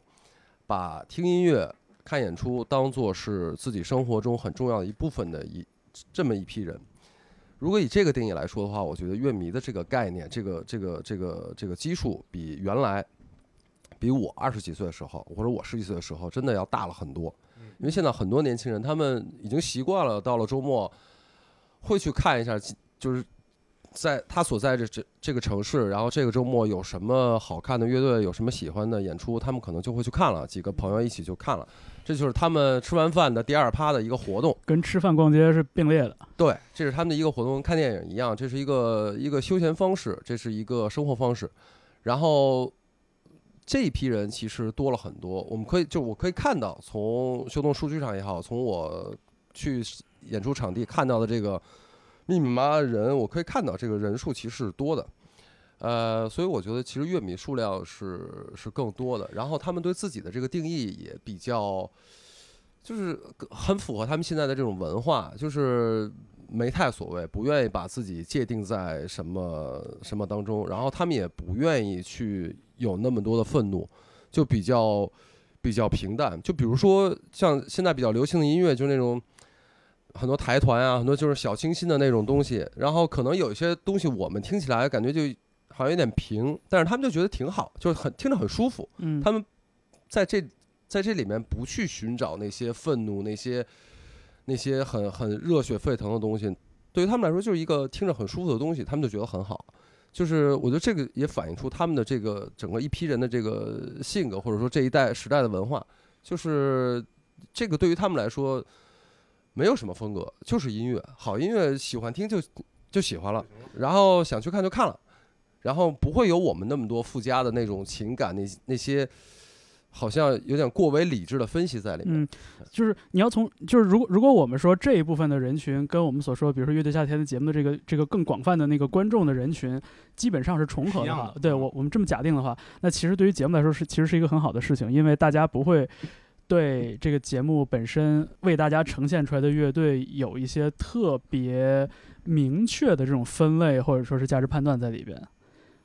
S3: 把听音乐、看演出当做是自己生活中很重要的一部分的一这么一批人。如果以这个定义来说的话，我觉得乐迷的这个概念，这个这个这个这个基数，比原来，比我二十几岁的时候，或者我十几岁的时候，真的要大了很多。因为现在很多年轻人，他们已经习惯了，到了周末会去看一下，就是在他所在这这这个城市，然后这个周末有什么好看的乐队，有什么喜欢的演出，他们可能就会去看了，几个朋友一起就看了，这就是他们吃完饭的第二趴的一个活动。
S1: 跟吃饭逛街是并列的。
S3: 对，这是他们的一个活动，跟看电影一样，这是一个一个休闲方式，这是一个生活方式。然后这一批人其实多了很多，我们可以就我可以看到，从修动数据上也好，从我去演出场地看到的这个密密麻麻的人，我可以看到这个人数其实是多的。呃，所以我觉得其实乐迷数量是是更多的，然后他们对自己的这个定义也比较，就是很符合他们现在的这种文化，就是没太所谓，不愿意把自己界定在什么什么当中，然后他们也不愿意去有那么多的愤怒，就比较比较平淡。就比如说像现在比较流行的音乐，就是那种很多台团啊，很多就是小清新的那种东西，然后可能有一些东西我们听起来感觉就好像有点平，但是他们就觉得挺好，就是很听着很舒服。
S1: 嗯，
S3: 他们在这在这里面不去寻找那些愤怒、那些那些很很热血沸腾的东西，对于他们来说就是一个听着很舒服的东西，他们就觉得很好。就是我觉得这个也反映出他们的这个整个一批人的这个性格，或者说这一代时代的文化，就是这个对于他们来说没有什么风格，就是音乐，好音乐喜欢听就就喜欢了，然后想去看就看了。然后不会有我们那么多附加的那种情感，那那些好像有点过为理智的分析在里面。
S1: 嗯，就是你要从，就是如果如果我们说这一部分的人群跟我们所说，比如说《乐队夏天》的节目的这个这个更广泛的那个观众的人群，基本上是重合
S2: 是一
S1: 的
S2: 样
S1: 话，
S2: 的
S1: 对
S2: 嗯
S1: 我我们这么假定的话，那其实对于节目来说是其实是一个很好的事情，因为大家不会对这个节目本身为大家呈现出来的乐队有一些特别明确的这种分类或者说是价值判断在里边。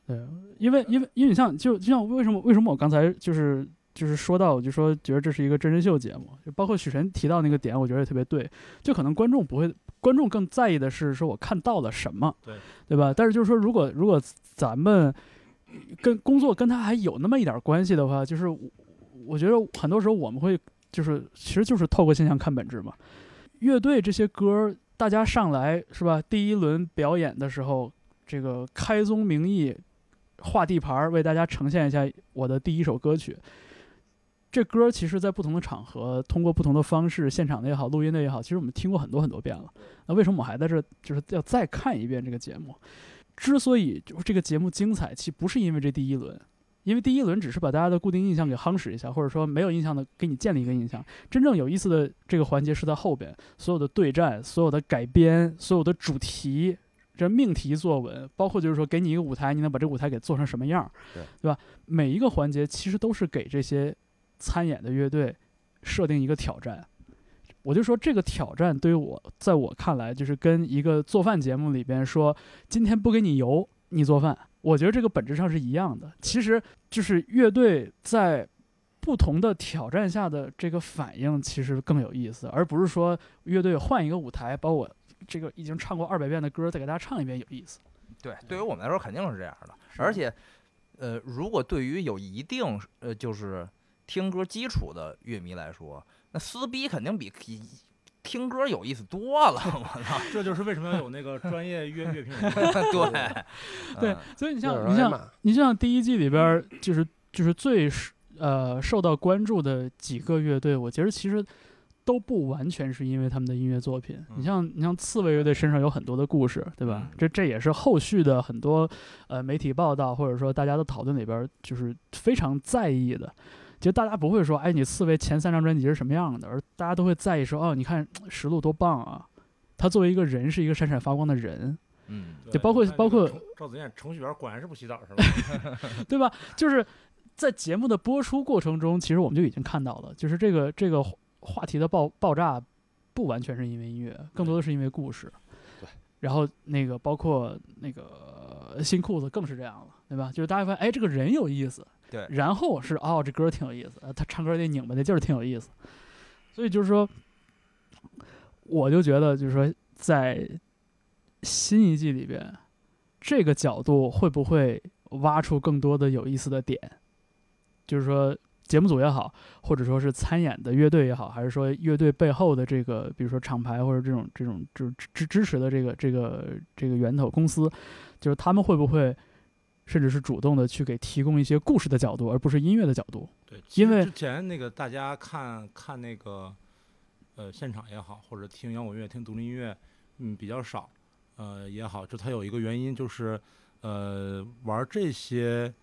S1: 对，因为因为因为你像就就像为什么为什么我刚才就是就是说到我就说觉得这是一个真人秀节目，就包括许晨提到那个点，我觉得也特别对，就可能观众不会。观众更在意的是说我看到了什么，
S2: 对
S1: 对吧？但是就是说，如果如果咱们跟工作跟他还有那么一点关系的话，就是我我觉得很多时候我们会就是其实就是透过现象看本质嘛。乐队这些歌儿，大家上来是吧？第一轮表演的时候，这个开宗明义画地盘儿，为大家呈现一下我的第一首歌曲。这歌儿其实，在不同的场合，通过不同的方式，现场的也好，录音的也好，其实我们听过很多很多遍了。那为什么我还在这儿，就是要再看一遍这个节目？之所以就是这个节目精彩，其实不是因为这第一轮，因为第一轮只是把大家的固定印象给夯实一下，或者说没有印象的给你建立一个印象。真正有意思的这个环节是在后边，所有的对战、所有的改编、所有的主题。这命题作文，包括就是说给你一个舞台，你能把这个舞台给做成什么样儿，
S3: 对
S1: 对吧？每一个环节其实都是给这些参演的乐队设定一个挑战。我就说这个挑战对于我，在我看来，就是跟一个做饭节目里边说今天不给你油，你做饭，我觉得这个本质上是一样的。其实就是乐队在不同的挑战下的这个反应，其实更有意思，而不是说乐队换一个舞台，把我这个已经唱过二百遍的歌再给大家唱一遍有意思。
S4: 对，对于我们来说肯定是这样的。而且，呃，如果对于有一定呃就是听歌基础的乐迷来说，那撕逼肯定比听歌有意思多了。我 操，
S2: 这就是为什么要有那个专业乐乐评人。
S4: 对
S1: 对
S4: 嗯，
S1: 所以你
S3: 有
S1: 像
S3: 人
S1: 你
S3: 挨
S1: 像
S3: 骂
S1: 你像第一季里边儿就是就是最是呃受到关注的几个乐队，我觉得其实都不完全是因为他们的音乐作品。你
S2: 嗯
S1: 像你像刺猬乐队身上有很多的故事，对吧？
S2: 嗯
S1: 这这也是后续的很多呃媒体报道或者说大家的讨论里边儿就是非常在意的。其实大家不会说，哎，你刺猬前三张专辑是什么样的，而大家都会在意说，哦，你看石路多棒啊，他作为一个人是一个闪闪发光的人，
S4: 嗯，
S1: 就包括
S2: 你看
S1: 包
S2: 这个
S1: 括
S2: 程赵子健程序员果然是不洗澡是吧？
S1: 对吧？就是在节目的播出过程中，其实我们就已经看到了，就是这个这个话话题的爆爆炸，不完全是因为音乐，更多的是因为故事。
S3: 对。
S1: 然后那个包括那个呃新裤子更是这样了，对吧？就是大家发现，哎，这个人有意思。
S4: 对
S1: 然后是哦，这歌儿挺有意思，呃他唱歌儿那拧巴那劲儿挺有意思。所以就是说，我就觉得就是说，在新一季里边，这个角度会不会挖出更多的有意思的点？就是说，节目组也好，或者说是参演的乐队也好，还是说乐队背后的这个，比如说厂牌或者这种这种支支支持的这个这个这个源头公司，就是他们会不会？甚至是主动的去给提供一些故事的角度，而不是音乐的角度。
S2: 对，其
S1: 因
S2: 实
S1: 为
S2: 之前那个大家看看那个，呃，现场也好，或者听摇滚乐、听独立音乐，嗯，比较少，呃，也好，就它有一个原因就是，呃，玩这些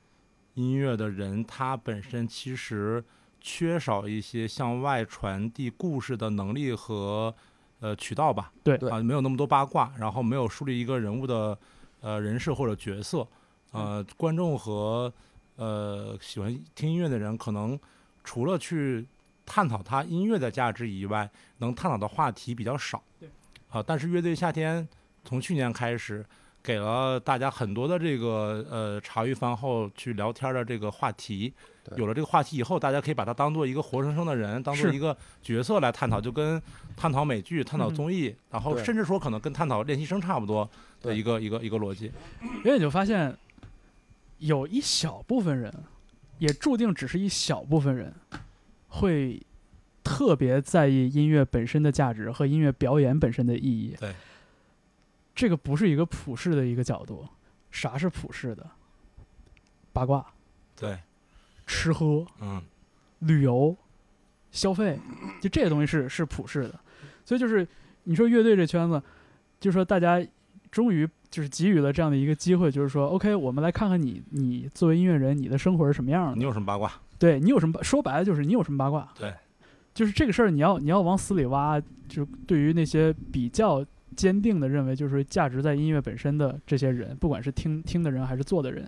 S2: 音乐的人，他本身其实缺少一些向外传递故事的能力和呃渠道吧，
S1: 对
S3: 对
S2: 啊，没有那么多八卦，然后没有树立一个人物的呃人设或者角色，
S1: 嗯
S2: 呃，观众和呃喜欢听音乐的人，可能除了去探讨他音乐的价值以外，能探讨的话题比较少。
S1: 对，
S2: 啊，但是乐队夏天从去年开始，给了大家很多的这个呃茶余饭后去聊天的这个话题。
S3: 对
S2: 有了这个话题以后，大家可以把它当做一个活生生的人，当做
S1: 是
S2: 一个角色来探讨，就跟探讨美剧、探讨
S1: 嗯
S2: 综艺，然后
S3: 对
S2: 甚至说可能跟探讨练习生差不多的
S3: 对
S2: 一个一个一个逻辑。
S1: 因为你就发现，有一小部分人，也注定只是一小部分人，会特别在意音乐本身的价值和音乐表演本身的意义。
S2: 对，
S1: 这个不是一个普世的一个角度。啥是普世的？八卦、
S2: 对，
S1: 吃喝、
S2: 嗯，
S1: 旅游、消费，就这些东西是是普世的。所以就是你说乐队这圈子，就说大家终于就是给予了这样的一个机会，就是说，OK，我们来看看你，你作为音乐人，你的生活是什么样
S2: 你
S1: 的？
S2: 有什么八卦？
S1: 对你有什么？说白了就是你有什么八卦？
S2: 对，
S1: 就是这个事儿，你要你要往死里挖，就对于那些比较。坚定的认为，就是说价值在音乐本身的这些人，不管是听听的人还是做的人，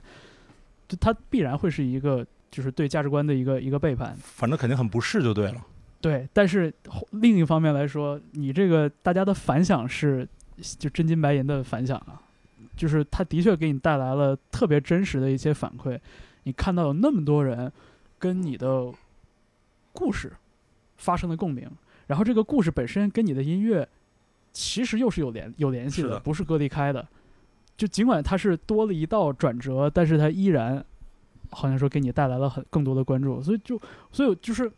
S1: 就他必然会是一个，就是对价值观的一个一个背叛。
S2: 反正肯定很不适就对了。
S1: 对，但是后另一方面来说，你这个大家的反响是就真金白银的反响啊，就是它的确给你带来了特别真实的一些反馈。你看到有那么多人跟你的故事发生了共鸣，然后这个故事本身跟你的音乐其实又是有联有联系
S2: 是
S1: 的
S2: 的
S1: 不是割离开的。就尽管它是多了一道转折，但是它依然好像说给你带来了很更多的关注，所以就所以就是，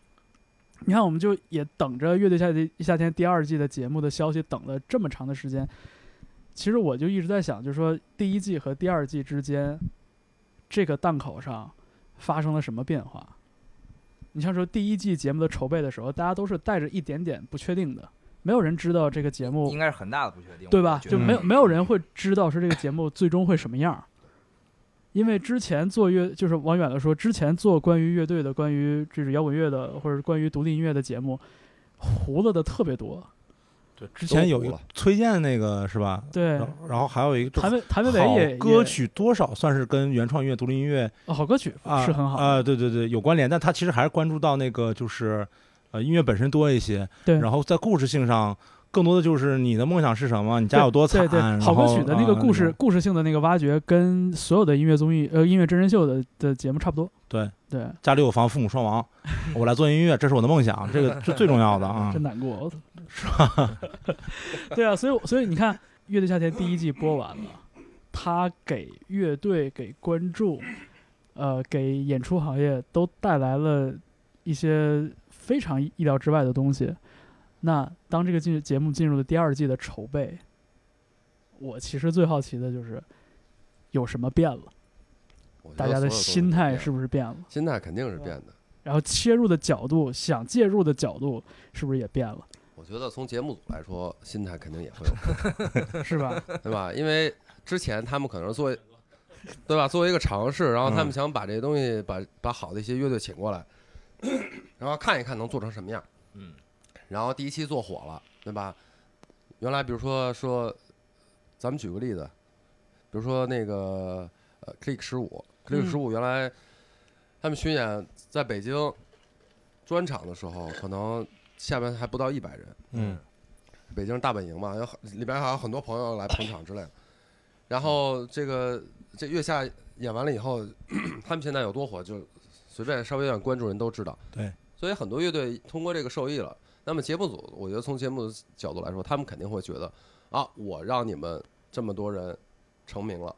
S1: 你看我们就也等着《乐队夏天夏天》第二季的节目的消息，等了这么长的时间。其实我就一直在想，就是说第一季和第二季之间，这个档口上发生了什么变化？你像说第一季节目的筹备的时候，大家都是带着一点点不确定的，没有人知道这个节目
S4: 应该是很大的不确定，
S1: 对
S4: 我
S1: 吧？
S4: 觉
S1: 就
S4: 得嗯
S1: 没有没有人会知道是这个节目最终会什么样儿，因为之前做乐就是往远了说，之前做关于乐队的、关于这是摇滚乐的或者是关于独立音乐的节目，糊了的特别多。
S2: 对，之
S3: 都
S2: 前有
S3: 糊
S2: 一个
S3: 了
S2: 崔健那个是吧？
S1: 对，
S2: 然后然后还有一个
S1: 谭
S2: 这
S1: 维谭维维
S2: 嗯好
S1: 也
S2: 歌
S1: 也
S2: 曲多少算是跟原创音乐、独立音乐
S1: 哦好歌曲
S2: 啊
S1: 是很好的，
S2: 啊，对对对，有关联。但他其实还是关注到那个就是呃音乐本身多一些，
S1: 对
S2: 然后在故事性上。更多的就是你的梦想是什么？你
S1: 对
S2: 家有多惨？
S1: 对对，
S2: 然
S1: 好歌
S2: 后
S1: 曲的那个
S2: 啊
S1: 故事、
S2: 种
S1: 故事性的那个挖掘，跟所有的音乐综艺呃音乐真人秀的的节目差不多。
S2: 对
S1: 对，
S2: 家里有房，父母双亡，我来做音乐，这是我的梦想，这个是最重要的 啊
S1: 真。难过， 我操，是 吧？对啊，所以所以你看，《乐队夏天》第一季播完了，它给乐队、给观众、呃，给演出行业都带来了一些非常意料之外的东西。那当这个进节目进入了第二季的筹备，我其实最好奇的就是有什么变了，
S3: 我觉
S1: 大
S3: 得
S1: 家的
S3: 所有东西
S1: 心
S3: 都
S1: 态
S3: 变
S1: 是
S3: 了
S1: 不是嗯变了？
S3: 心态肯定是变的。
S1: 然后切入的角度、想介入的角度是不是也变 了？
S3: 我觉得从节目组来说，心态肯定也会有
S1: 是吧？
S3: 对吧？因为之前他们可能是做，对吧？作为一个尝试，然后他们
S2: 嗯
S3: 想把这东西把把好的一些乐队请过来， 然后看一看能做成什么样。
S2: 嗯，
S3: 然后第一期做火了，对吧？原来比如说说，咱们举个例子，比如说那个呃，Click 十五，Click
S1: 嗯
S3: 十五原来他们巡演在北京专场的时候，可能下面还不到一百人，
S2: 嗯
S3: 北京大本营嘛，有很里边还有很多朋友来捧场之类的。然后这个这月下演完了以后， 他们现在有多火，就随便稍微有点关注人都知道。
S2: 对，
S3: 所以很多乐队通过这个受益了。那么节目组，我觉得从节目的角度来说，他们肯定会觉得啊，我让你们这么多人成名了，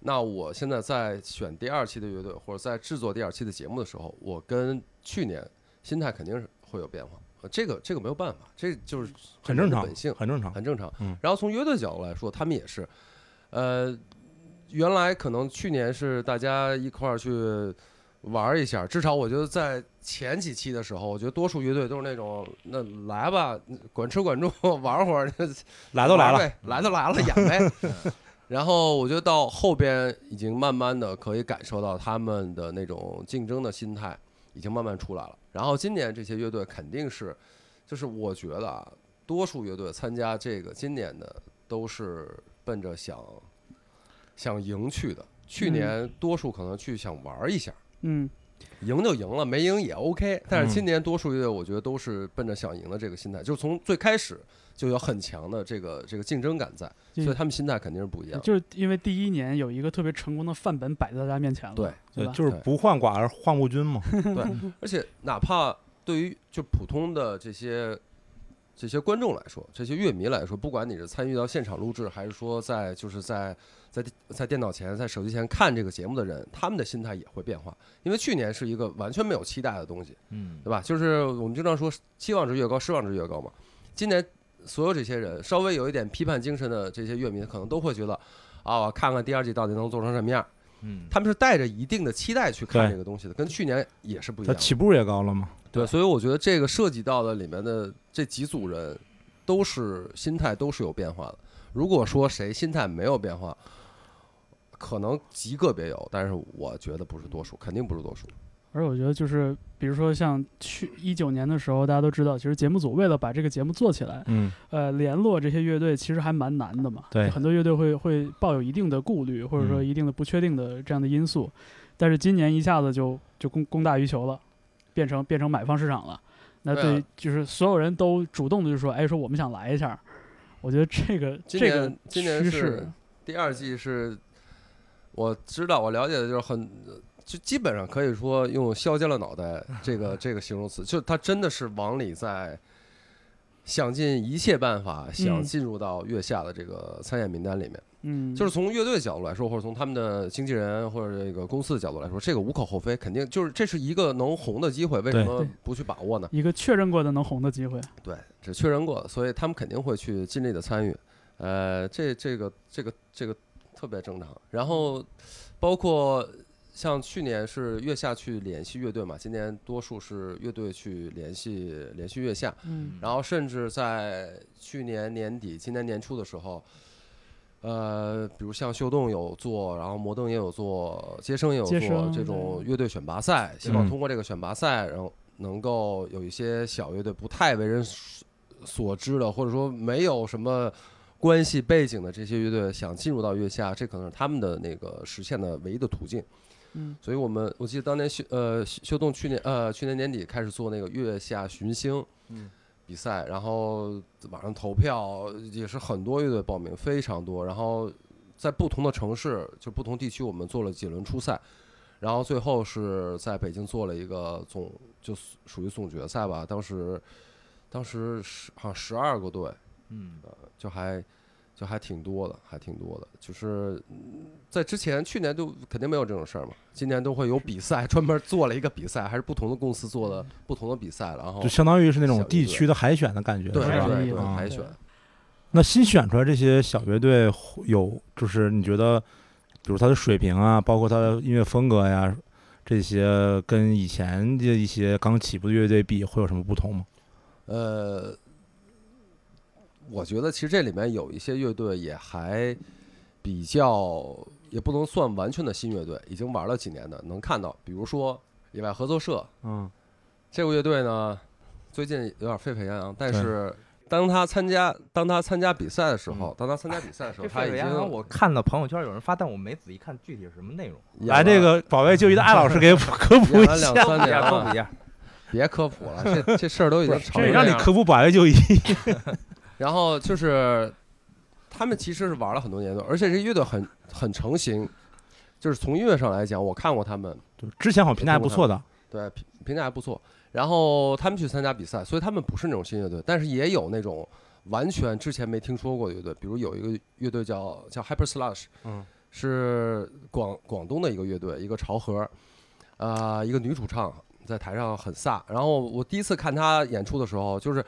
S3: 那我现在在选第二期的乐队或者在制作第二期的节目的时候，我跟去年心态肯定是会有变化。呃这个这个没有办法，这就是
S2: 很正常
S3: 本性，，
S2: 很正常。
S3: 很正常
S2: 嗯。
S3: 然后从乐队角度来说，他们也是，呃，原来可能去年是大家一块儿去玩儿一下，至少我觉得在前几期的时候，我觉得多数乐队都是那种，那来吧，管吃管住， 玩会儿，
S2: 来都来
S3: 玩
S2: 了，
S3: 呗，来都来了，演 呗。然后我觉得到后边已经慢慢的可以感受到他们的那种竞争的心态已经慢慢出来了。然后今年这些乐队肯定是，就是我觉得啊，多数乐队参加这个今年的都是奔着想想赢去的。去年多数可能去想玩一下，
S1: 嗯，
S3: 赢就赢了，没赢也 OK。但
S2: 嗯
S3: 是今年多数乐队，我觉得都是奔着想赢的这个心态，就是从最开始就有很强的这个这个竞争感在，
S1: 就
S3: 所以他们心态肯定是不一样的。
S1: 就是因为第一年有一个特别成功的范本摆在大家面前了，
S3: 对，
S1: 对吧？
S2: 就是不患寡而患不均嘛。
S3: 而且哪怕对于就普通的这些这些观众来说，这些乐迷来说，不管你是参与到现场录制，还是说在就是在在在电脑前、在手机前看这个节目的人，他们的心态也会变化。因为去年是一个完全没有期待的东西，
S2: 嗯
S3: 对吧？就是我们经常说期望值越高，失望值越高嘛。今年所有这些人稍微有一点批判精神的这些乐迷，可能都会觉得啊，我看看第二季到底能做成什么样。
S2: 嗯，
S3: 他们是带着一定的期待去看
S2: 对
S3: 这个东西的，跟去年也是不一
S2: 他
S3: 样的。
S2: 起步也高了嘛。
S3: 对，所以我觉得这个涉及到的里面的这几组人，都是心态都是有变化的。如果说谁心态没有变化，可能极个别有，但是我觉得不是多数，肯定不是多数。
S1: 而我觉得就是，比如说像去一九年的时候，大家都知道，其实节目组为了把这个节目做起来，
S2: 嗯，
S1: 呃，联络这些乐队其实还蛮难的嘛。
S2: 对
S1: 就很多乐队会会抱有一定的顾虑，或者说
S2: 嗯
S1: 一定的不确定的这样的因素，但是今年一下子就就供供大于求了，变成变成买方市场了。那
S3: 对啊
S1: 对，就是所有人都主动的就说，哎，说我们想来一下。我觉得这个
S3: 今
S1: 这个
S3: 年今年
S1: 趋
S3: 是
S1: 势，
S3: 第二季是我知道我了解的就是很。就基本上可以说用“削尖了脑袋”这 个这个形容词，就他真的是往里在想尽一切办法，想
S1: 嗯
S3: 进入到月下的这个参演名单里面。
S1: 嗯，
S3: 就是从乐队的角度来说，或者从他们的经纪人或者这个公司的角度来说，这个无可厚非，肯定就是这是一个能红的机会，为什么
S1: 对
S3: 不去把握呢？
S1: 一个确认过的能红的机会。
S3: 对，只确认过，所以他们肯定会去尽力的参与。呃，这这个这个这个特别正常。然后包括像去年是月下去联系乐队嘛，今年多数是乐队去联系联系月下，
S1: 嗯
S3: 然后甚至在去年年底、今年年初的时候，呃，比如像秀动有做，然后摩登也有做，接生也有
S1: 接
S3: 做
S1: 生
S3: 这种乐队选拔赛，希
S2: 嗯
S3: 望通过这个选拔赛，然后能够有一些小乐队不太为人所所知的，或者说没有什么。关系背景的这些乐队想进入到月下，这可能是他们的那个实现的唯一的途径。
S1: 嗯
S3: 所以我们我记得当年秀呃秀秀动去年呃去年年底开始做那个月下寻星，
S2: 嗯，
S3: 比赛，然后网上投票也是很多乐队报名，非常多。然后在不同的城市，就不同地区，我们做了几轮初赛，然后最后是在北京做了一个总，就属于总决赛吧。当时当时十好像十二个队，
S2: 嗯，
S3: 就还就还挺多的，还挺多的。就是嗯在之前去年就肯定没有这种事儿嘛，今年都会有比赛，专门做了一个比赛，还是不同的公司做的不同的比赛，然后
S2: 就相当于是那种
S3: 小
S2: 地
S3: 乐队
S2: 区的海选的感觉，
S3: 哦对
S2: 是吧
S1: 海
S3: 对
S1: 选
S3: 对
S2: 啊
S3: 海选。
S2: 那新选出来这些小乐队会有，就是你觉得，比如他的水平啊，包括他的音乐风格呀，这些跟以前的一些刚起步的乐队比，会有什么不同吗？
S3: 呃，我觉得其实这里面有一些乐队也还比较，也不能算完全的新乐队，已经玩了几年的，能看到，比如说野外合作社
S2: 嗯，
S3: 这个乐队呢，最近有点沸沸扬扬，但
S2: 对
S3: 是当他参加当他参加比赛的时
S2: 嗯
S3: 候，当他参加比赛的时候，
S4: 这
S3: 他
S4: 沸
S3: 已
S4: 沸扬扬，
S3: 经
S4: 我看到朋友圈有人发，但我没仔细看具体是什么内容。
S3: 演
S2: 来，这
S3: 了
S2: 个保卫就医的艾老师给普科普
S3: 演
S2: 一
S3: 了两
S2: 下，
S3: 三年
S4: 科普
S3: 了
S4: 一，下，
S3: 别科普了，这这事儿都已经
S1: 不是
S3: 成
S1: 这
S3: 这
S1: 个
S2: 让你
S3: 样
S2: 科普保卫就医。
S3: 然后就是他们其实是玩了很多年的，而且这乐队很很成型，就是从音乐上来讲，我看过他们，
S2: 就之前好像评价还不错的，
S3: 对评评价还不错。然后他们去参加比赛，所以他们不是那种新乐队，但是也有那种完全之前没听说过的乐队，比如有一个乐队叫叫 Hyper Slash，
S2: 嗯，
S3: 是广广东的一个乐队，一个潮和，啊、一个女主唱在台上很飒。然后我第一次看她演出的时候，就是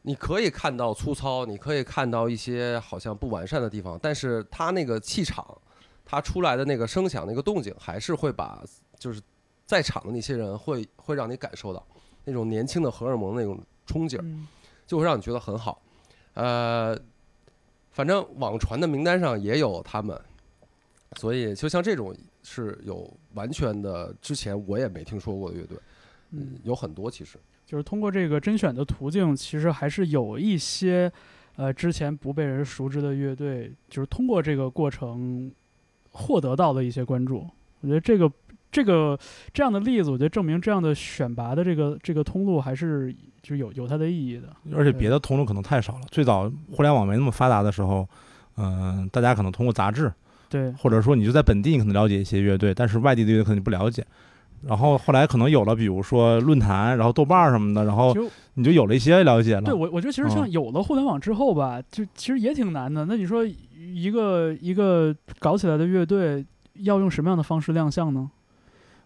S3: 你可以看到粗糙，你可以看到一些好像不完善的地方，但是她那个气场，她出来的那个声响、那个动静，还是会把就是在场的那些人会会让你感受到那种年轻的荷尔蒙那种冲劲儿。
S1: 嗯
S3: 就会让你觉得很好。呃，反正网传的名单上也有他们，所以就像这种是有完全的之前我也没听说过的乐队，
S1: 嗯，
S3: 有很多其实。
S1: 就是通过这个甄选的途径，其实还是有一些呃之前不被人熟知的乐队，就是通过这个过程获得到的一些关注。我觉得这个这个这样的例子，我觉得证明这样的选拔的这个这个通路还是就是有有它的意义的。
S2: 而且
S1: 嗯
S2: 别的通路可能太少了。最早互联网没那么发达的时候，嗯、大家可能通过杂志，
S1: 对，
S2: 或者说你就在本地你可能了解一些乐队，但是外地的乐队可能你不了解。然后后来可能有了，比如说论坛，然后豆瓣儿什么的，然后
S1: 其实
S2: 你就有了一些了解了。嗯
S1: 对我，我觉得其实像有了互联网之后吧，就其实也挺难的。那你说一个一个搞起来的乐队要用什么样的方式亮相呢？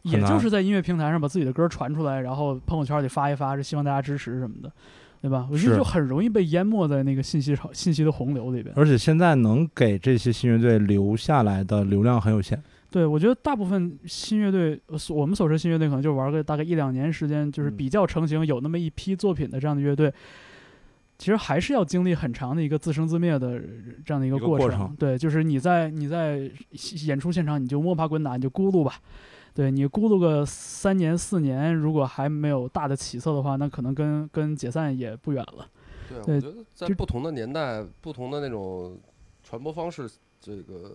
S2: 很
S1: 也就
S2: 难
S1: 是在音乐平台上把自己的歌传出来，然后朋友圈里发一发，是希望大家支持什么的，对吧？我觉得
S2: 是
S1: 就很容易被淹没在那个信息潮、信息的洪流里边。
S2: 而且现在能给这些新乐队留下来的流量很有限。
S1: 对，我觉得大部分新乐队，呃所我们所说新乐队，可能就玩个大概一两年时间，就是
S2: 嗯
S1: 比较成型，有那么一批作品的这样的乐队，其实还是要经历很长的一个自生自灭的这样的一个
S2: 一个
S1: 过
S2: 过程
S1: 对，就是你在你在演出现场，你就摸爬滚打，你就咕噜吧。对你咕噜个三年四年，如果还没有大的起色的话，那可能跟跟解散也不远了。
S3: 对，
S1: 对
S3: 我觉得在
S1: 就
S3: 不同的年代、不同的那种传播方式，这个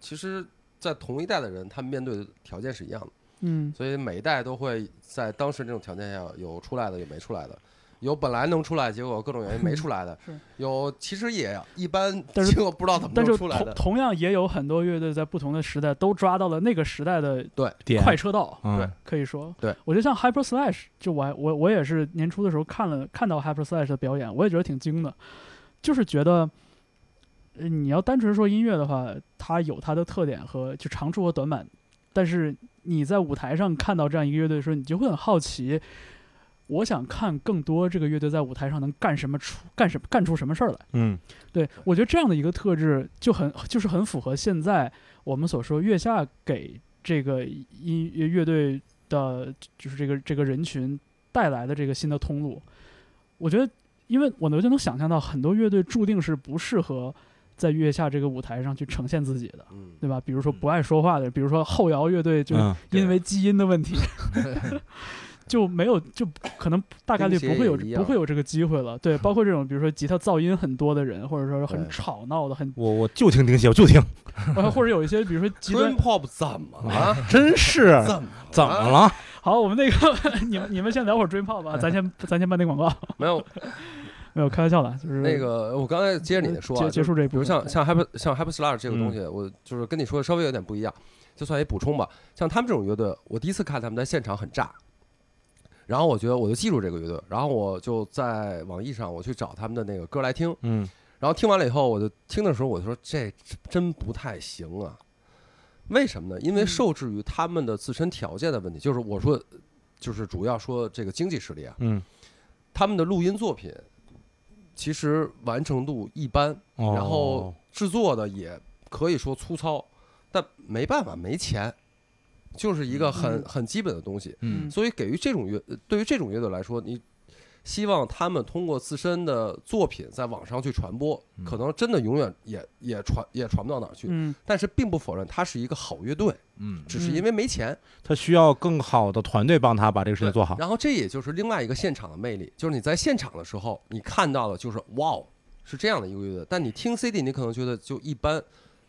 S3: 其实，在同一代的人，他们面对的条件是一样的。
S1: 嗯，
S3: 所以每一代都会在当时这种条件下有出来的，有没出来的，有本来能出来，结果各种原因没出 来的
S1: 是，
S3: 有其实也一般，
S1: 但是
S3: 结果不知道怎么
S1: 但是
S3: 能出
S1: 同
S3: 来的。
S1: 同样也有很多乐队在不同的时代都抓到了那个时代的
S2: 点
S1: 快车道。
S2: 嗯
S3: 对
S1: 可以说，
S3: 对
S1: 我觉得像 Hyper Slash，就我还我我也是年初的时候看了看到 Hyper Slash 的表演，我也觉得挺惊的，就是觉得，呃你要单纯说音乐的话，它有它的特点和就长处和短板，但是你在舞台上看到这样一个乐队的时候，你就会很好奇，我想看更多这个乐队在舞台上能干什么出干什么干出什么事儿来。
S2: 嗯，
S1: 对，我觉得这样的一个特质就很就是很符合现在我们所说月下给这个音乐乐队的，就是这个这个人群带来的这个新的通路。我觉得，因为我能就能想象到很多乐队注定是不适合在月下这个舞台上去呈现自己的，
S3: 嗯，
S1: 对吧？比如说不爱说话的，比如说后摇乐队就
S2: 嗯，
S1: 因为基因的问 题，就没有就可能大概率不会有
S3: 跟鞋也一样
S1: 不会有这个机会了。 对，包括这种比如说吉他噪音很多的人，或者说很
S3: 对
S1: 吵闹的， 很
S2: 我我就听丁蟹，我就听，
S1: 呃或者有一些比如说极端
S3: 春。pop 怎么了？
S2: 真是
S3: 怎么
S2: 怎么了？
S1: 好，我们那个 你们你们先聊会儿 Dream Pop 吧，咱先咱先办那广告，
S3: 没有
S1: 没有开玩笑了，就是
S3: 那个，我刚才接着你的说
S1: 结
S3: 啊，
S1: 结
S3: 就是
S1: 束这一
S3: 比
S1: 部
S3: 如
S1: 分，
S3: 像
S1: 对嗯
S3: 像 Happy 像 Happy Star 这个东西，我就是跟你说的稍微有点不一样，就算一补充吧。像他们这种乐队，我第一次看他们在现场很炸，然后我觉得我就记住这个乐队，然后我就在网易上我去找他们的那个歌来听，
S2: 嗯，
S3: 然后听完了以后，我就听的时候，我就说这真不太行啊。为什么呢？因为
S1: 嗯
S3: 受制于他们的自身条件的问题，就是我说，就是主要说这个经济实力啊，
S2: 嗯，
S3: 他们的录音作品其实完成度一般，
S2: 哦
S3: 然后制作的也可以说粗糙，但没办法，没钱，就是一个很
S1: 嗯
S3: 很基本的东西。
S2: 嗯
S3: 所以给予这种乐，呃对于这种乐队来说，你希望他们通过自身的作品在网上去传播
S2: 嗯，
S3: 可能真的永远也也传也传不到哪儿去。
S1: 嗯
S3: 但是并不否认它是一个好乐队，
S2: 嗯，
S3: 只是
S1: 嗯
S3: 因为没钱。
S2: 他需要更好的团队帮他把这个事情做好。
S3: 然后这也就是另外一个现场的魅力，就是你在现场的时候，你看到的就是哇哦，是这样的一个乐队。但你听 CD，你可能觉得就一般，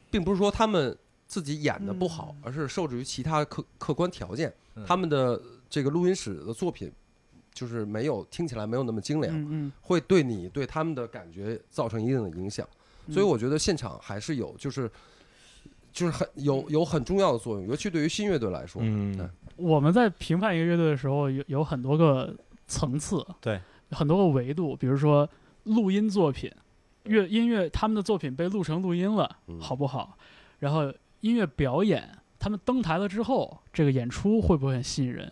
S3: 并不是说他们自己演的不
S1: 嗯
S3: 好，而是受制于其他客客观条件
S4: 嗯，
S3: 他们的这个录音室的作品就是没有听起来没有那么精良，
S1: 嗯
S3: 会对啊你对他们的感觉造成一定的影响。
S1: 嗯，
S3: 所以我觉得现场还是有就是。就是很有有很重要的作用，尤其对于新乐队来说，
S2: 嗯，
S1: 我们在评判一个乐队的时候，有有很多个层次，
S2: 对，
S1: 很多个维度，比如说录音作品，乐音乐他们的作品被录成录音了，
S3: 嗯
S1: 好不好？然后音乐表演，他们登台了之后，这个演出会不会很吸引人？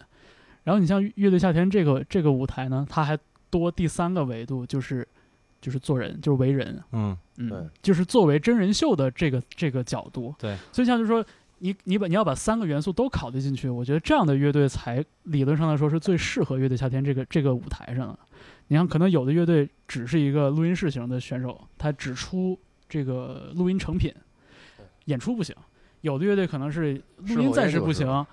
S1: 然后你像乐队夏天这个这个舞台呢，它还多第三个维度，就是就是做人，就是为人，
S2: 嗯，
S3: 对
S1: 嗯，就是作为真人秀的这个这个角度，
S2: 对，
S1: 所以像就是说，你你把你要把三个元素都考虑进去，我觉得这样的乐队才理论上来说是最适合乐队夏天这个这个舞台上的。你看，可能有的乐队只是一个录音室型的选手，他只出这个录音成品，演出不行；有的乐队可能是录音暂时不
S3: 是
S1: 行，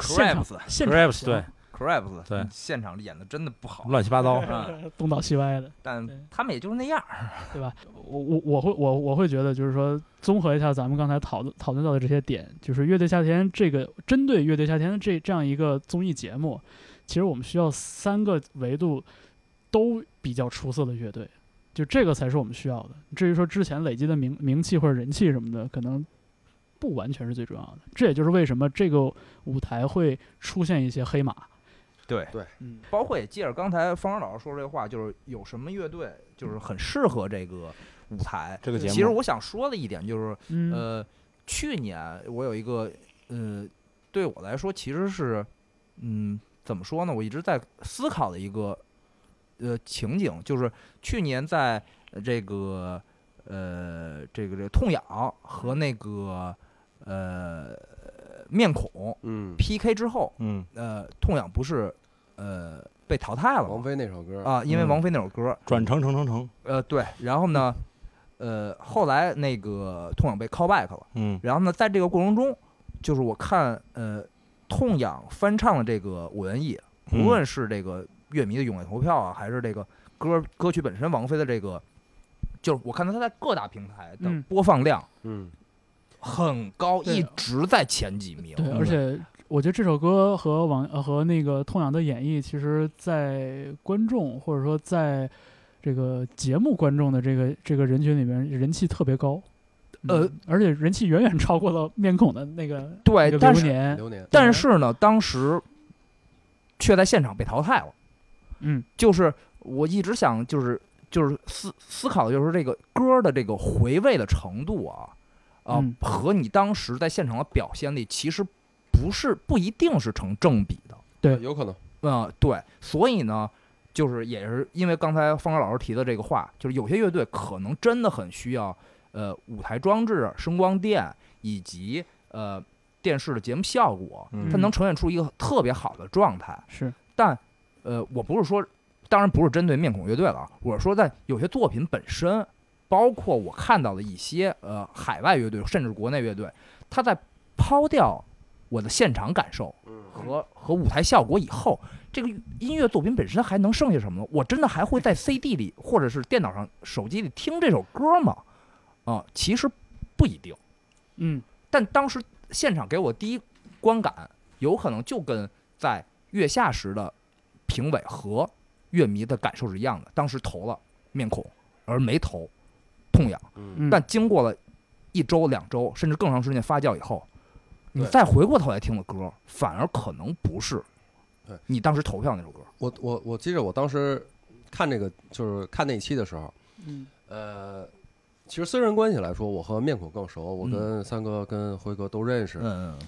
S1: 现场
S4: Crabs
S1: 现场
S2: Crabs，对
S4: Crabs
S2: 对
S4: 现场演的真的不好，
S2: 乱七八糟。
S4: 啊，
S1: 对，东倒西歪的。对
S4: 但他们也就是那样儿。
S1: 对吧？我我我会我我会觉得，就是说，综合一下咱们刚才讨论讨论到的这些点，就是《乐队夏天》这个针对《乐队夏天》这这样一个综艺节目，其实我们需要三个维度都比较出色的乐队，就这个才是我们需要的。至于说之前累积的名名气或者人气什么的，可能不完全是最重要的。这也就是为什么这个舞台会出现一些黑马。
S4: 对，
S1: 嗯
S4: 包括也借着刚才方舟老师说这话，就是有什么乐队就是很适合这个舞台。
S2: 这个节目
S4: 其实我想说的一点就是，
S1: 嗯
S4: 呃，去年我有一个，呃，对我来说其实是，嗯，怎么说呢？我一直在思考的一个，呃，情景就是去年在呃这个，呃，这个这个痛痒和那个，呃，面孔
S3: 嗯，
S4: PK 之后，
S2: 嗯
S4: 呃，痛痒不是，呃，被淘汰了
S3: 王
S4: 吗？
S3: 菲那首歌，
S4: 啊，因为
S2: 嗯
S4: 王菲那首歌，
S2: 转成成成成，
S4: 呃，对，然后呢，呃，后来那个痛痒被 callback 了。
S2: 嗯
S4: 然后呢，在这个过程中，就是我看呃，痛痒翻唱的这个五文艺，
S2: 嗯
S4: 无论是这个乐迷的踊跃投票啊，还是这个歌歌曲本身，王菲的这个，就是我看到她在各大平台的
S1: 嗯
S4: 播放量
S3: 嗯，
S4: 很高，
S1: 对
S4: 一直在前几名。
S1: 对，而且我觉得这首歌和网呃和那个痛痒的演绎，其实在观众或者说在这个节目观众的这个这个人群里面，人气特别高。嗯
S4: 呃，
S1: 而且人气远远超过了面孔的那个那
S4: 对，
S1: 个
S4: 但
S1: 流
S2: 嗯
S4: 是
S1: 年。
S3: 流年，
S4: 但是呢，当时却在现场被淘汰了。
S1: 嗯
S4: 就是我一直想，就是就是思思考，就是这个歌的这个回味的程度啊，啊、
S1: 嗯
S4: 和你当时在现场的表现力其实不是不一定是成正比的。
S1: 对
S3: 有可能，
S4: 嗯、对，所以呢，就是也是因为刚才方舟老师提的这个话，就是有些乐队可能真的很需要呃舞台装置、声光电以及呃电视的节目效果，
S2: 嗯
S4: 它能呈现出一个特别好的状态。
S1: 是，
S4: 但呃，我不是说，当然不是针对面孔乐队了啊，我是说在有些作品本身，包括我看到的一些呃海外乐队，甚至国内乐队，他在抛掉我的现场感受和和舞台效果以后，这个音乐作品本身还能剩下什么呢？我真的还会在 CD 里或者是电脑上、手机里听这首歌吗？啊、其实不一定。
S1: 嗯
S4: 但当时现场给我第一观感，有可能就跟在月下时的评委和乐迷的感受是一样的。当时投了面孔，而没投痛痒。
S3: 嗯，
S1: 嗯，
S4: 但经过了一周、两周，甚至更长时间发酵以后，你
S3: 对
S4: 再回过头来听的歌，反而可能不是
S3: 对
S4: 你当时投票那首歌。
S3: 我我我记着我当时看这个就是看那一期的时候，
S1: 嗯
S3: 呃，其实私人关系来说，我和面孔更熟，我跟三哥、跟辉哥都认识，
S4: 嗯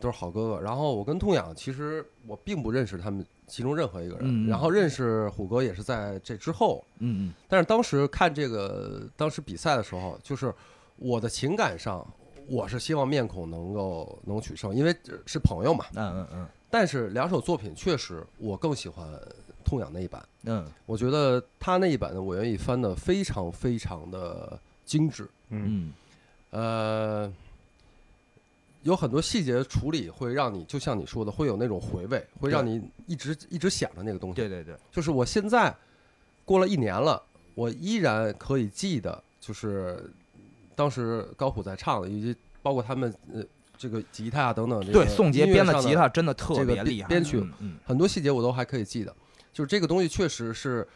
S3: 都是好哥哥。然后我跟痛痒，其实我并不认识他们其中任何一个人。
S4: 嗯
S3: 然后认识虎哥也是在这之后，
S4: 嗯
S3: 但是当时看这个当时比赛的时候，就是我的情感上，我是希望面孔能够能取胜，因为是朋友嘛。
S4: 嗯嗯嗯
S3: 但是两首作品确实，我更喜欢痛痒那一版。
S4: 嗯
S3: 我觉得他那一版呢，我愿意翻的非常非常的精致，
S2: 嗯
S4: 嗯
S3: 呃，有很多细节处理会让你，就像你说的，会有那种回味，会让你一直一直想着那个东西。
S4: 对对对，
S3: 就是我现在过了一年了，我依然可以记得，就是当时高虎在唱的，以及包括他们呃这个吉他啊等等这个
S4: 对宋杰
S3: 音乐
S4: 编的
S3: 上
S4: 吉他真的特别厉
S3: 这个编
S4: 害，
S3: 编曲
S4: 嗯嗯
S3: 很多细节我都还可以记得，就是这个东西确实是，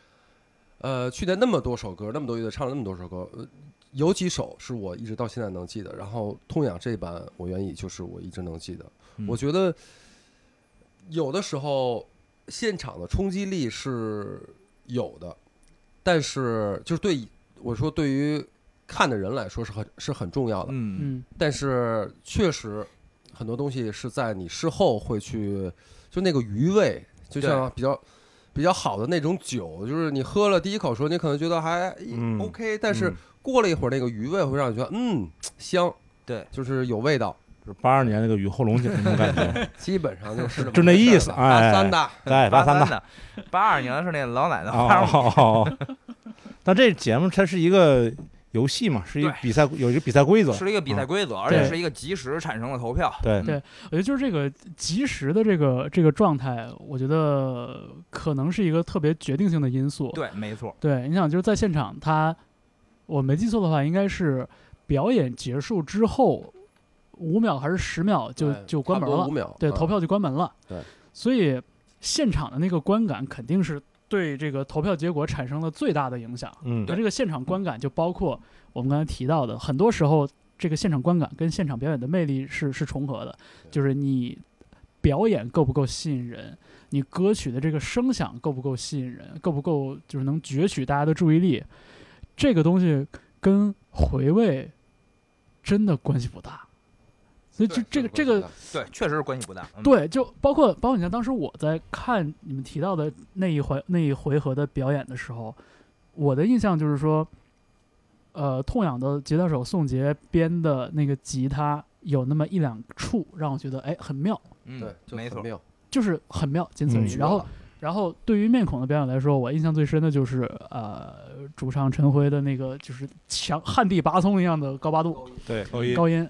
S3: 呃，去年那么多首歌，那么多乐队唱了那么多首歌，呃，有几首是我一直到现在能记得。然后《痛痒》这一版，我愿意就是我一直能记得。
S4: 嗯
S3: 我觉得有的时候现场的冲击力是有的，但是就是对我说，对于看的人来说是很是很重要的。
S4: 嗯
S1: 嗯
S3: 但是确实很多东西是在你事后会去，就那个余味，就像比较比较好的那种酒，就是你喝了第一口时候，你可能觉得还、哎
S2: 嗯
S3: OK，但是过了一会儿，那个余味会让你觉得嗯香，
S4: 对，
S3: 就是有味道，
S2: 就是嗯八二年那个雨后龙井那种感 觉，
S3: 基本上就是 这么
S2: 就那意思
S3: 回事儿吧
S2: 哎
S3: 八三的，
S2: 哎，八三
S4: 三
S2: 的，
S4: 的，八二年是那老奶奶，
S2: 哦
S4: 八二
S2: 哦哦哦，但这节目它是一个游戏嘛，是一个
S4: 对
S2: 比赛，有一个比赛规则，
S4: 是一个比赛规则，
S2: 嗯
S4: 而
S2: 对
S4: 且是一个及时产生的投票。
S2: 对
S4: 嗯
S1: 对我觉得就是这个及时的这个这个状态，我觉得可能是一个特别决定性的因素。
S4: 对，没错，
S1: 对，你想就是在现场他，我没记错的话，应该是表演结束之后五秒还是十秒就
S3: 哎
S1: 就关门
S3: 差不多
S1: 了
S3: 五，秒，
S1: 对，
S3: 嗯
S1: 投票就关门了。
S3: 对，
S1: 所以现场的那个观感肯定是对这个投票结果产生了最大的影响。
S2: 嗯
S1: 那这个现场观感就包括我们刚才提到的，很多时候这个现场观感跟现场表演的魅力是是重合的，就是你表演够不够吸引人，你歌曲的这个声响够不够吸引人，够不够就是能攫取大家的注意力，这个东西跟回味真的关系不大。所以
S3: 对
S1: 就这个这
S3: 差
S1: 个
S3: 不多是
S4: 对，确实是关系不大。嗯，
S1: 对，就包括包括你像当时我在看你们提到的那一回那一回合的表演的时候，我的印象就是说，呃，痛痒的吉他手宋杰编的那个吉他有那么一两处让我觉得哎很妙，
S4: 嗯
S3: 对，就
S4: 没
S3: 很
S4: 错，
S3: 妙，
S1: 就是很妙，仅此而已。
S2: 嗯
S1: 然后然后对于面孔的表演来说，我印象最深的就是呃主唱陈辉的那个就是强旱地拔葱一样的高八度，
S2: 对，高一
S1: 高音，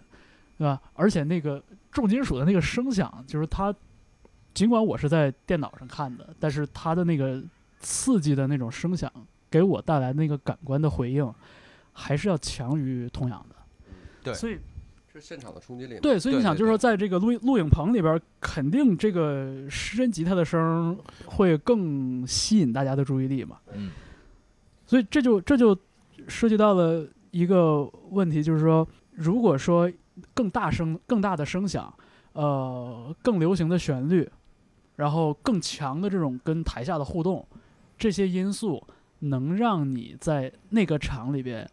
S1: 对吧？而且那个重金属的那个声响，就是它，尽管我是在电脑上看的，但是它的那个刺激的那种声响给我带来那个感官的回应，还是要强于痛痒的。
S4: 嗯对
S1: 所以
S3: 是现场的冲击力嘛，
S1: 对，所以你
S4: 对
S1: 想，
S4: 对
S1: 就是说，在这个录音录影棚里边儿，肯定这个失真吉他的声儿会更吸引大家的注意力嘛。
S4: 嗯，
S1: 所以这就这就涉及到了一个问题，就是说，如果说更大声、更大的声响，呃，更流行的旋律，然后更强的这种跟台下的互动，这些因素能让你在那个场里边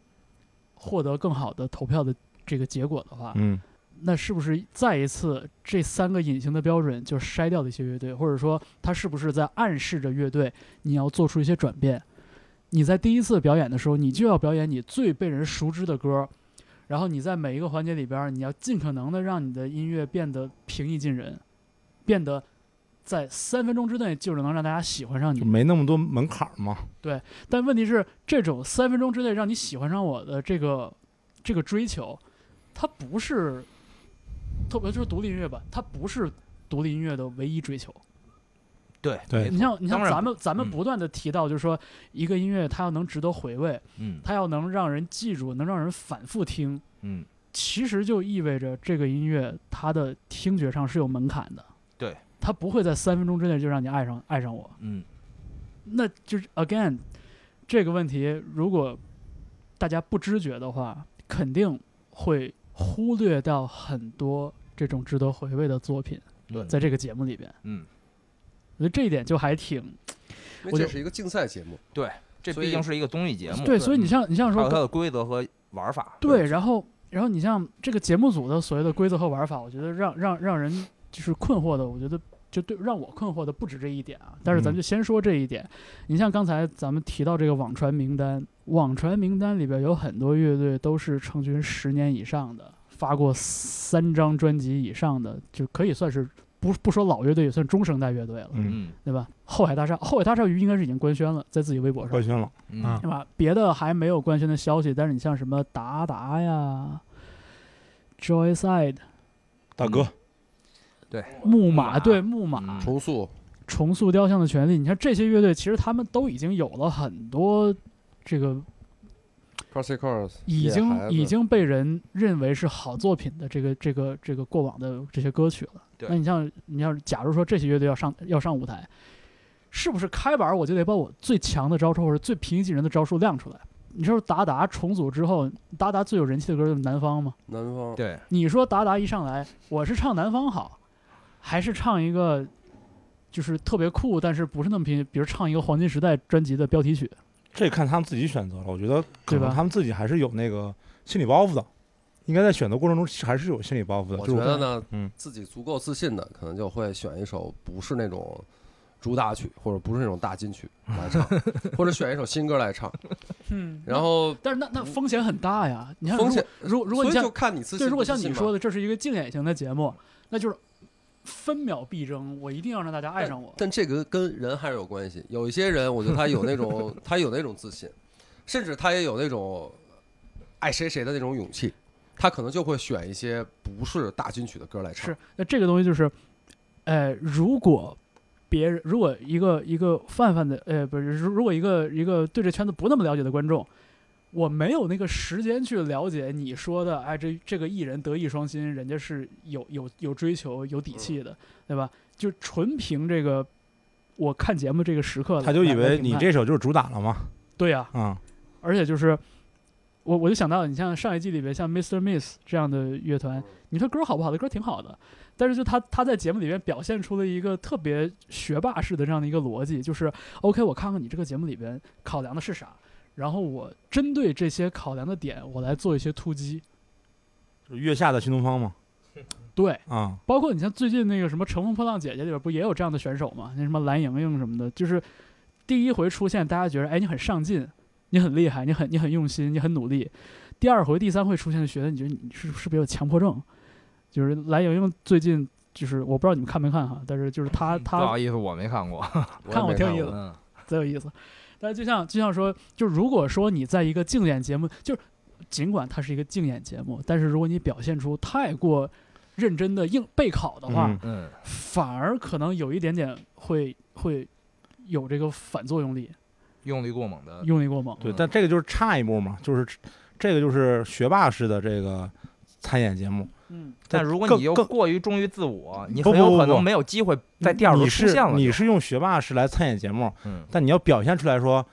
S1: 获得更好的投票的这个结果的话，
S2: 嗯
S1: 那是不是再一次这三个隐形的标准就筛掉了一些乐队，或者说他是不是在暗示着乐队你要做出一些转变？你在第一次表演的时候，你就要表演你最被人熟知的歌，然后你在每一个环节里边儿，你要尽可能的让你的音乐变得平易近人，变得在三分钟之内就是能让大家喜欢上你
S2: 就。没那么多门槛儿嘛，
S1: 但问题是，这种三分钟之内让你喜欢上我的这个这个追求，它不是，特别就是独立音乐吧，它不是独立音乐的唯一追求。
S4: 对，
S2: 对
S4: 没错
S1: 你像你像
S4: 当然
S1: 咱们咱们
S4: 嗯
S1: 不断的提到，就是说一个音乐它要能值得回味，
S4: 嗯
S1: 它要能让人记住，能让人反复听，
S4: 嗯，
S1: 其实就意味着这个音乐它的听觉上是有门槛的。
S4: 对，
S1: 它不会在三分钟之内就让你爱上爱上我。
S4: 嗯，
S1: 那就是 again 这个问题，如果大家不知觉的话，肯定会忽略掉很多这种值得回味的作品，
S4: 对，
S1: 在这个节目里边，
S4: 嗯，
S1: 我觉得这一点就还挺
S3: 因
S1: 我
S3: 为
S1: 就
S3: 这是一个竞赛节目，
S4: 对，这
S3: 所以
S4: 毕竟是一嗯个综艺节目，
S1: 对，所以你像你像
S4: 还有
S1: 说
S4: 它的规则和玩法。
S1: 对，然后然后你像这个节目组的所谓的规则和玩法，我觉得让让让人就是困惑的，我觉得就对让我困惑的不止这一点啊。但是咱
S2: 嗯
S1: 们就先说这一点。你像刚才咱们提到这个网传名单，网传名单里边有很多乐队都是成军十年以上的，发过三张专辑以上的，就可以算是不不说老乐队，也算中生代乐队了，
S2: 嗯
S4: 嗯
S1: 对吧？后海大厦，后海大厦应该是已经官宣了，在自己微博上
S2: 官。宣了，
S4: 嗯
S2: 啊
S1: 对吧？别的还没有官宣的消息，但是你像什么达达呀、Joyside、
S2: 大哥，
S1: 木
S4: 马
S1: 马，对木马、
S4: 嗯
S3: 重塑
S1: 重塑雕像的权利，你看这些乐队，其实他们都已经有了很多这个
S3: Crossy Cross
S1: 已
S3: 野
S1: 经
S3: 孩子
S1: 已经被人认为是好作品的这个这个这个过往的这些歌曲了。
S4: 对
S1: 那你像你要是假如说这些乐队要上要上舞台，是不是开板我就得把我最强的招数或者最平易近人的招数亮出来？你说达达重组之后，达达最有人气的歌就是《南方》吗？
S3: 南方
S4: 对，
S1: 你说达达一上来，我是唱南方好，还是唱一个就是特别酷，但是不是那么平，比如唱一个黄金时代专辑的标题曲？
S2: 这看他们自己选择了。我觉得可
S1: 对吧
S2: 能他们自己还是有那个心理包袱的，应该在选择过程中还是有心理包袱的。
S3: 我
S2: 就
S3: 觉
S2: 是
S3: 得呢，
S2: 嗯
S3: 自己足够自信的，可能就会选一首不是那种主打曲，或者不是那种大金曲来唱，或者选一首新歌来唱。
S1: 嗯
S3: 然后
S1: 但是那那风险很大呀， 你看
S3: 风险，
S1: 如果，如如果你
S3: 所以
S1: 像
S3: 就看你自己。
S1: 对，如果像你说，的，这是一个竞演型的节目，那就是分秒必争，我一定要让大家爱上我。
S3: 但这个跟人还是有关系。有一些人，我觉得他有 那种他有那种自信，甚至他也有那种爱谁谁的那种勇气，他可能就会选一些不是大金曲的歌来唱
S1: 是。，那这个东西就是，呃，如果别人如果一个一个泛泛的，呃，不是，如如果一个一个对这圈子不那么了解的观众，我没有那个时间去了解你说的，哎，这这个艺人德艺双馨，人家是有有有追求、有底气
S2: 嗯
S1: 的，对吧？就纯凭这个我看节目这个时刻来，
S2: 他就以
S1: 来
S2: 为
S1: 评
S2: 你
S1: 判
S2: 这首就是主打了嘛，
S1: 对呀、
S2: 啊，
S1: 而且就是我我就想到，你像上一季里边像 Mr. Miss 这样的乐团，你说歌好不好？他歌挺好的，但是就他他在节目里边表现出了一个特别学霸式的这样的一个逻辑，就是 OK，我看看你这个节目里边考量的是啥，然后我针对这些考量的点，我来做一些突击。
S2: 就是月下的新东方嘛，
S1: 对，
S2: 啊，
S1: 包括你像最近那个什么《乘风破浪姐姐》里边不也有这样的选手吗？那什么蓝盈莹什么的，就是第一回出现，大家觉得哎你很上进，你很厉害，你很你很用心，你很努力。第二回、第三回出现，觉得你觉得你是是不是有强迫症？就是蓝盈莹最近就是我不知道你们看没看哈，但是就是她
S4: 不好
S1: 她
S4: 意思，我没看过。
S3: 也
S1: 看我
S3: 没
S1: 挺有
S3: 过
S1: 意思
S4: 嗯，
S1: 贼有意思。但就像就像说，就如果说你在一个竞演节目，就是尽管它是一个竞演节目，但是如果你表现出太过认真的应备考的话，
S2: 嗯
S4: 嗯，
S1: 反而可能有一点点会会有这个反作用力，
S4: 用力过猛的，
S1: 用力过猛。
S2: 对，
S4: 嗯
S2: 但这个就是差一步嘛，就是这个就是学霸式的这个参演节目。
S1: 嗯，
S4: 但如果
S2: 更
S4: 你又
S2: 更
S4: 过于忠于自我，你
S2: 不
S4: 很
S2: 不
S4: 有
S2: 不
S4: 可能
S2: 不
S4: 没有机会在第二轮
S2: 你
S4: 出
S2: 是
S4: 现了就。
S2: 你是用学霸式来参演节目，
S4: 嗯，
S2: 但你要表现出来说，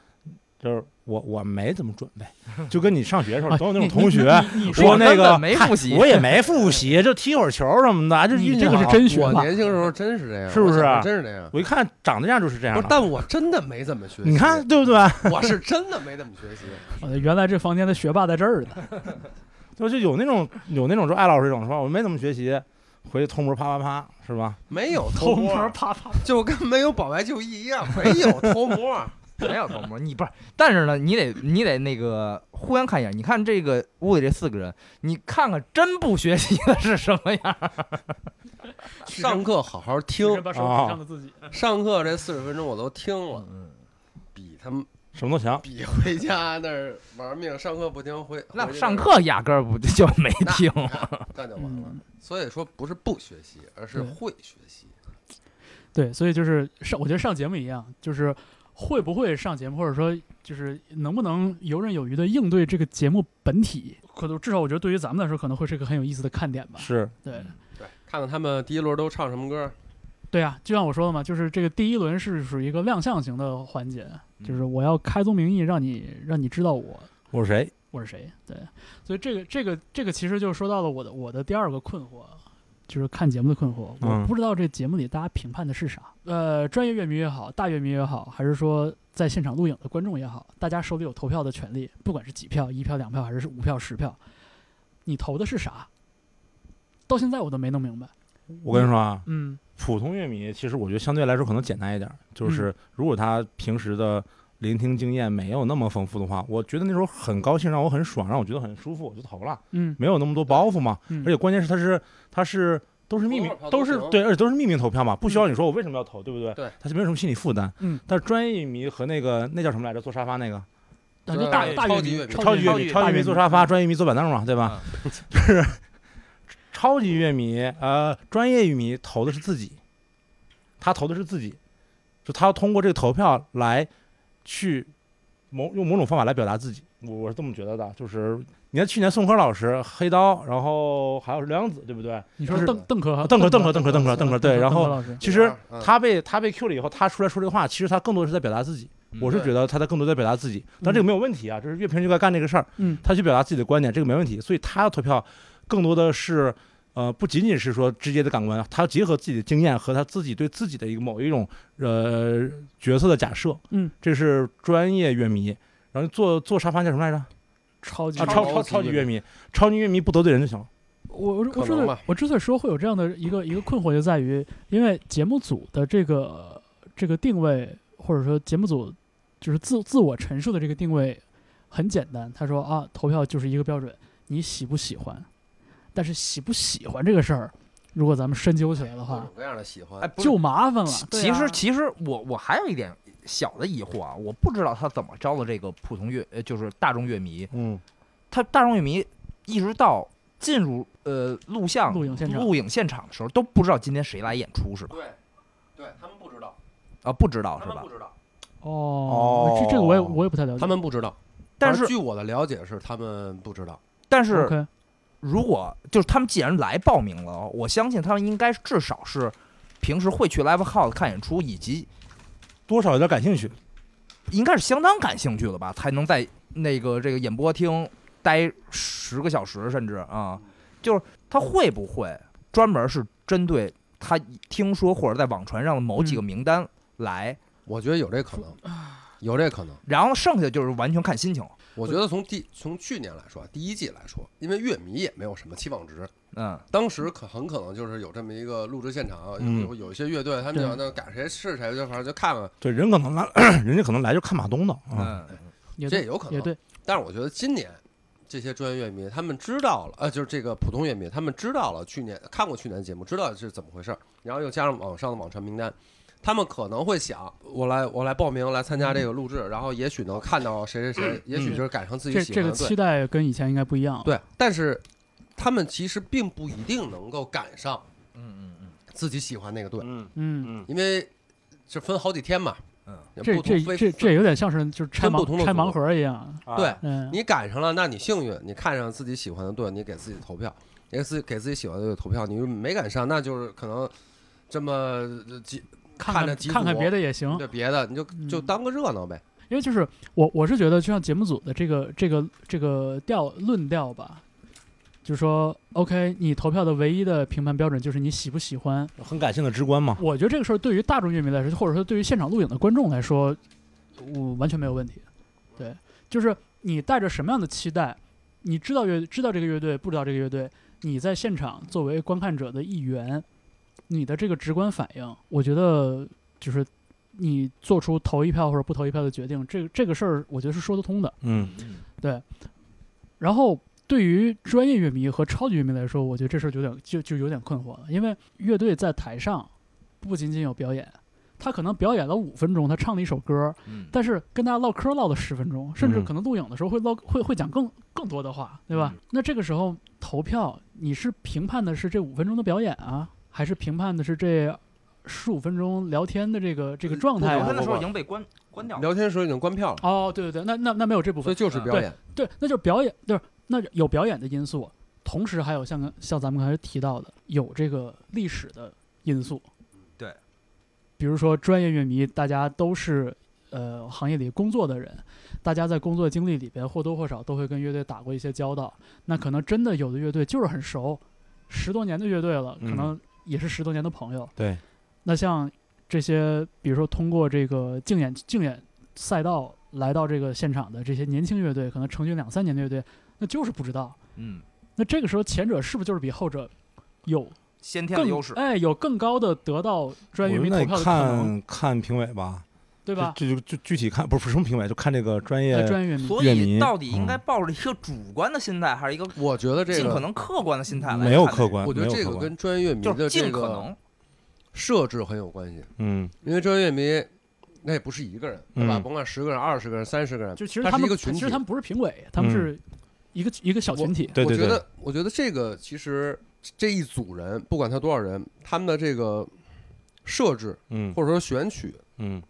S2: 就是我我没怎么准 备，就跟你上学的时候总有那种同学。
S1: 你你
S2: 说
S1: 说
S4: 我
S2: 那
S4: 根
S2: 个
S4: 本没
S2: 嗨
S4: 复 习
S2: 我也没复习，就踢会儿球什么的，就
S1: 你
S2: 运气
S1: 这个是
S2: 好
S1: 真学
S3: 我
S1: 吧？
S3: 年轻时候真是这样，
S2: 是不
S3: 我小
S2: 是
S3: 时候
S2: 啊
S3: 真是这样。
S2: 我一看长这样就是这样
S3: 不是，
S2: 的，
S3: 但我真的没怎么学习。
S2: 你看，对不对？
S3: 我是真的没怎么学习。
S1: 呃 原来这房间的学霸在这儿呢。
S2: 就是有那种有那种说艾老师这种说，我没怎么学习，回去偷摸啪啪啪，是吧？
S3: 没有
S1: 偷
S3: 偷
S1: 摸
S3: 摸，
S1: 啪啪，
S3: 就跟没有保外就医一样，没有偷 摸。
S4: 没有偷摸，你不是，但是呢，你得你得那个互相看一眼。你看这个屋里这四个人，你看看真不学习的是什么样？
S3: 上课好好听，
S1: 把手指上的自己。
S3: 上课这四十分钟我都听了，
S4: 嗯，
S3: 比他们
S2: 什么都 行。
S3: 比回家那儿玩命。上课不听回，
S4: 那
S3: 回去
S4: 上课压根儿不就没
S3: 那
S4: 听？
S3: 那就完了
S1: 嗯。，
S3: 所以说不是不学习，而是
S1: 对
S3: 会学习。
S1: 对，所以就是上，我觉得上节目一样，就是会不会上节目，或者说就是能不能游刃有余的应对这个节目本体，可能至少我觉得对于咱们来说，可能会是个很有意思的看点吧。
S2: 是，
S1: 对，
S3: 对，看看他们第一轮都唱什么歌。
S1: 对啊，就像我说的嘛，就是这个第一轮是属于一个亮相型的环节，
S4: 嗯
S1: 就是我要开宗明义让你让你知道我
S2: 我是谁？
S1: 我是谁。对，所以这个这个这个其实就说到了我的我的第二个困惑，就是看节目的困惑，
S2: 嗯
S1: 我不知道这节目里大家评判的是啥。呃，专业乐迷也好，大乐迷也好，还是说在现场录影的观众也好，大家手里有投票的权利，不管是几票、一票、两票，还是五票、十票，你投的是啥？到现在我都没弄明白。
S2: 我跟你说啊，
S1: 嗯
S2: 普通乐迷其实我觉得相对来说可能简单一点儿，
S1: 嗯
S2: 就是如果他平时的聆听经验没有那么丰富的话，我觉得那时候很高兴，让我很爽，让我觉得很舒服，我就投了，
S1: 嗯
S2: 没有那么多包袱嘛。
S1: 嗯，
S2: 而且关键是他是他是都是匿名
S3: 投
S2: 都
S3: 多少票，都
S2: 是
S3: 行
S2: 对，而且都是匿名投票嘛，不需要你说我为什么要投，对不对？
S3: 对，
S2: 他就没有什么心理负担。
S1: 嗯，
S2: 但是专业迷和那个那叫什么来着，坐沙发那个
S1: 但
S3: 对
S1: 就大
S3: 对
S1: 大
S3: 超
S1: 乐
S3: 级
S1: 迷
S3: 乐迷
S2: 超级
S1: 乐
S2: 乐
S1: 迷嗯
S2: 迷，嗯超级乐迷坐沙发，专业迷坐板凳嘛，对吧？
S3: 啊
S2: 就是超级乐迷，呃，专业乐迷投的是自己，他投的是自己，就他要通过这个投票来去某用某种方法来表达自己，我我是这么觉得的。就是你看去年宋柯老师、黑刀，然后还有梁子，对不对？
S1: 你说
S3: 就是
S1: 邓邓壳和
S2: 邓壳、邓壳、
S1: 壳
S2: 邓壳、邓壳、邓壳，对。然后
S1: 老师，
S2: 其实
S3: 嗯
S2: 他被他被 Q 了以后，他出来说这个话，其实他更多的是在表达自己。我是
S3: 对
S2: 觉得他在更多地在表达自己，但这个没有问题啊，这是乐评就该干这个事儿。
S1: 嗯
S2: 他去表达自己的观点，这个没问题。所以他的投票更多的是，呃，不仅仅是说直接的感官，他结合自己的经验和他自己对自己的一个某一种呃角色的假设。
S1: 嗯，
S2: 这是专业乐迷。然后坐坐沙发叫什么来着？啊，
S1: 超级
S2: 超
S3: 级
S2: 超超级乐迷，超级乐迷不得罪人就行了。
S1: 我我
S3: 可
S1: 我之
S3: 能
S1: 所以
S3: 吧
S1: 我之所以说会有这样的一个一个困惑，就在于因为节目组的这个这个定位，或者说节目组就是自自我陈述的这个定位很简单，他说啊，投票就是一个标准，你喜不喜欢？但是喜不喜欢这个事儿，如果咱们深究起来的
S3: 各
S1: 话
S3: 嗯种，各样的喜欢
S4: 哎，，不是
S1: 就麻烦了。对
S4: 其
S1: 啊
S4: 实，其实我我还有一点小的疑惑啊，我不知道他怎么招的这个普通乐，呃，就是大众乐迷。
S2: 嗯，
S4: 他大众乐迷一直到进入呃录像
S1: 录影现场
S4: 录影现场的时候，都不知道今天谁来演出是吧？
S3: 对，对他们不知道，
S4: 啊，不知道是吧？
S3: 知道，
S1: 哦，这这个我也我也不太了解。
S3: 他们不知道。
S4: 但
S3: 反正
S4: 是
S3: 据我的了解是，他们不知道。
S4: 但是
S1: OK，
S4: 如果就是他们既然来报名了，我相信他们应该至少是平时会去 live house 看演出，以及
S2: 多少有点感兴趣。
S4: 应该是相当感兴趣了吧，才能在那个这个演播厅待十个小时，甚至啊，就是他会不会专门是针对他听说或者在网传上的某几个名单来，
S3: 我觉得有这可能，有这可能。
S4: 然后剩下就是完全看心情了，
S3: 我觉得从第从去年来说，啊第一季来说，因为乐迷也没有什么期望值，
S4: 嗯，
S3: 当时可很可能就是有这么一个录制现场，啊
S2: 嗯
S3: 有有一些乐队他们
S1: 对
S3: 就那赶谁是谁，就反正就看看，
S2: 对，人可能来， 人家可能来就看马东的啊。
S4: 嗯，
S1: 也
S3: 这
S1: 对
S3: 也有可
S1: 也
S3: 能。
S1: 对，
S3: 但是我觉得今年这些专业乐迷他们知道了，呃，就是这个普通乐迷他们知道了去年看过去年的节目，知道是怎么回事儿，然后又加上网上的网传名单，他们可能会想，我来我来报名来参加这个录制，然后也许能看到谁谁谁，也许就是赶上自己
S1: 嗯这
S3: 喜
S1: 这
S3: 欢
S1: 个
S3: 的队。
S1: 期待跟以前应该不一样。，
S3: 对，但是他们其实并不一定能够赶上
S4: 嗯嗯嗯，
S3: 自己喜欢那个队，
S2: 嗯
S1: 嗯，
S2: 嗯，
S3: 因为这分好几天嘛。
S4: 嗯
S3: 也
S1: 这
S3: 不同
S1: 这
S3: 非
S1: 这这有点像是就是拆
S3: 分不
S1: 盲
S3: 同的
S1: 拆
S3: 组
S1: 盲盒一样。
S2: 啊
S3: 对，
S1: 嗯，
S3: 你赶上了，那你幸运，你看上自己喜欢的队，你给自己投票，也给自己给自己喜欢的队投票。你没赶上，那就是可能这么呃几
S1: 看
S3: 看
S1: 看
S3: 着几
S1: 看看
S3: 组哦
S1: 别的也行，
S3: 对别的，你就
S1: 嗯
S3: 就当个热闹呗。
S1: 因为就是我我是觉得，就像节目组的这个这个这个调论调吧，就是说，OK，你投票的唯一的评判标准就是你喜不喜欢。
S2: 很感性的直观嘛。
S1: 我觉得这个事儿对于大众乐迷来说，或者说对于现场录影的观众来说，我完全没有问题。对，就是你带着什么样的期待，你知道乐知道这个乐队，不知道这个乐队，你在现场作为观看者的一员，你的这个直观反应，我觉得就是你做出投一票或者不投一票的决定，这个这个事儿，我觉得是说得通的。
S2: 嗯，
S1: 然后对于专业乐迷和超级乐迷来说，我觉得这事儿就有点就就有点困惑了，因为乐队在台上不仅仅有表演，他可能表演了五分钟，他唱了一首歌，
S4: 嗯
S1: 但是跟大家唠嗑唠了十分钟，甚至
S2: 嗯
S1: 可能录影的时候会唠会会讲更更多的话，对
S4: 嗯
S1: 吧？那这个时候投票，你是评判的是这五分钟的表演啊，还是评判的是这十五分钟聊天的这个这个状态
S3: 哎
S4: 聊
S3: 不
S1: 啊
S3: 不？
S4: 天嗯的时候已经被关关掉了，
S3: 聊天的时候已经关票了，
S1: 哦，对对对，那那那没有这部分
S3: 所以，就是表演。
S1: 嗯对，那就是表演，就是那就有表演的因素，同时还有像刚像咱们刚才提到的，有这个历史的因素。
S4: 对，
S1: 比如说专业乐迷，大家都是呃行业里工作的人，大家在工作经历里边或多或少都会跟乐队打过一些交道。那可能真的有的乐队就是很熟，十多年的乐队了，可
S2: 嗯
S1: 能也是十多年的朋友。
S2: 对，
S1: 那像这些，比如说通过这个竞演竞演赛道来到这个现场的这些年轻乐队，可能成军两三年的乐队，那就是不知道。
S4: 嗯，
S1: 那这个时候，前者是不是就是比后者有
S4: 先天的
S1: 更
S4: 优势，
S1: 哎，有更高的得到专业乐迷
S2: 我
S1: 投
S2: 那
S1: 票的可能，
S2: 看看评委吧，
S1: 对
S2: 这
S1: 吧？
S2: 这就就具体看，不是不是什么评委，就看这个专业
S1: 哎，专业乐迷，
S4: 所
S2: 嗯乐
S4: 以
S2: 迷
S4: 到底应该
S2: 嗯
S4: 抱着一个主观的心态，还是一个
S3: 我觉得这
S4: 尽可
S3: 个，
S4: 能客观的心态来？
S2: 没有客，观，
S3: 我觉得
S2: 没有
S3: 这
S2: 客
S3: 个
S2: 观
S3: 跟专业乐迷
S4: 就是
S3: 的这
S4: 尽可
S3: 个
S4: 能。
S3: 设置很有关系，
S2: 嗯
S3: 因为专业乐迷那也不是一个人，对吧？
S2: 嗯
S3: 甭管十个人、二十个人、三十个人，
S1: 就其实
S3: 它
S1: 他
S3: 是
S1: 们
S3: 一个群
S1: 其实
S3: 体
S1: 他们不是评委，他们
S2: 嗯
S1: 是一个一个小群体。
S2: 对对
S3: 我觉
S2: 对
S3: 得，我觉得这个其实这一组人，不管他多少人，他们的这个设置
S2: 嗯
S3: 或者说选取，
S2: 嗯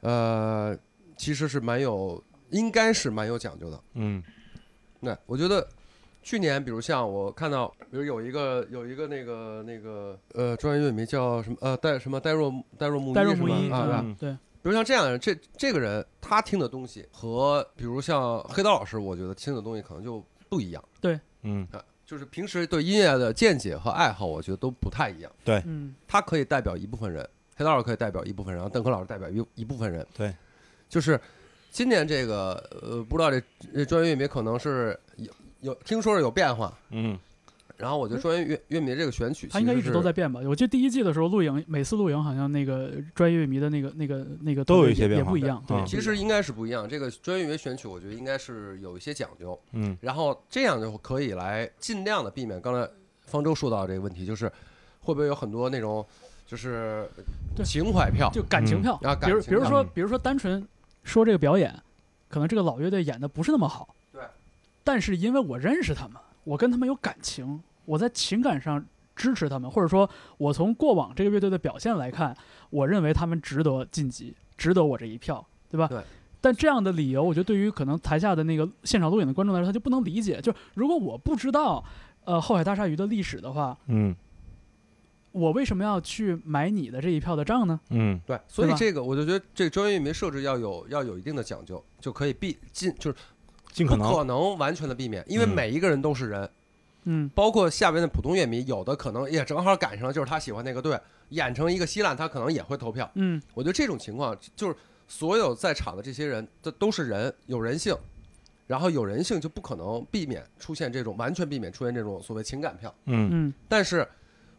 S3: 呃，其实是蛮有，应该是蛮有讲究的。
S2: 嗯
S3: 那我觉得去年，比如像我看到，比如有一个有一个那个那个呃，专业乐迷叫什么呃，戴什么戴若戴若木
S1: 呆若
S3: 是
S1: 木
S3: 吧
S1: 一，
S3: 啊，
S2: 嗯
S3: 是吧
S1: 嗯对，
S3: 比如像这样的人，这这个人他听的东西和比如像黑道老师，我觉得听的东西可能就不一样。啊
S2: 嗯，
S3: 就是平时对音乐的见解和爱好，我觉得都不太一样。
S1: 嗯，
S3: 他可以代表一部分人，黑道老师可以代表一部分人，然后邓科老师代表一一部分人。
S2: 对，
S3: 就是今年这个呃，不知道这这专业乐迷可能是有有听说是有变化，
S2: 嗯
S3: 然后我觉得专业乐乐迷这个选曲，
S1: 他应该一直都在。变吧？我记得第一季的时候，露营每次露营好像那个专业乐迷的那个那个那个
S2: 都有
S1: 团队
S2: 一些
S1: 也
S2: 变
S1: 也
S2: 化
S1: 不一样。
S2: 对啊
S1: 对，
S3: 其实应该是不一样，这个专业乐迷选曲，我觉得应该是有一些讲究，
S2: 嗯
S3: 然后这样就可以来尽量的避免刚才方舟说到这个问题，就是会不会有很多那种就是
S1: 对
S3: 情怀票，
S1: 就感情
S2: 嗯
S1: 票
S3: 啊，
S1: 比如
S3: 感情
S1: 比如
S2: 票
S1: 说
S2: 嗯
S1: 比如说单纯说这个表演，可能这个老乐队演的不是那么好，
S3: 对，
S1: 但是因为我认识他们，我跟他们有感情，我在情感上支持他们，或者说我从过往这个乐队的表现来看，我认为他们值得晋级，值得我这一票，对吧？
S3: 对。
S1: 但这样的理由，我觉得对于可能台下的那个现场录影的观众来说，他就不能理解。就如果我不知道，呃，后海大鲨鱼的历史的话，
S2: 嗯
S1: 我为什么要去买你的这一票的账呢？
S2: 嗯
S3: 对，所以
S1: 吧
S3: 这个我就觉得这专业乐迷设置要有要有一定的讲究，就可以避尽就是
S2: 尽
S3: 不
S2: 可能
S3: 可能完全的避免，因为
S2: 嗯
S3: 每一个人都是人，
S1: 嗯，
S3: 包括下边的普通乐迷，有的可能也正好赶上就是他喜欢那个队，演成一个稀烂，他可能也会投票。
S1: 嗯，
S3: 我觉得这种情况就是所有在场的这些人，这都是人，有人性，然后有人性就不可能避免出现这种完全避免出现这种所谓情感票。
S2: 嗯
S1: 嗯，
S3: 但是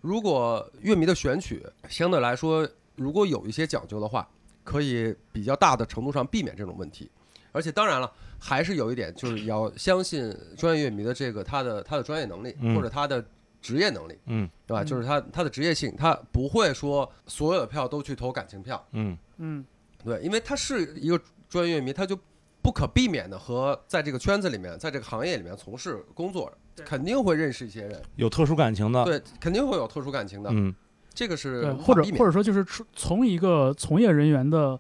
S3: 如果乐迷的选曲相对来说，如果有一些讲究的话，可以比较大的程度上避免这种问题。而且当然了，还是有一点，就是要相信专业乐迷的这个他的他的专业能力
S2: 嗯
S3: 或者他的职业能力，
S2: 嗯
S3: 对吧？
S1: 嗯
S3: 就是他他的职业性，他不会说所有的票都去投感情票，
S2: 嗯
S1: 嗯，
S3: 对，因为他是一个专业乐迷，他就不可避免的和在这个圈子里面，在这个行业里面从事工作，
S1: 对
S3: 肯定会认识一些人，
S2: 有特殊感情的，
S3: 对，肯定会有特殊感情的，
S2: 啊嗯
S3: 这个是
S1: 对，
S3: 呃无法
S1: 或者
S3: 避免
S1: 或者说就是出从一个从业人员的，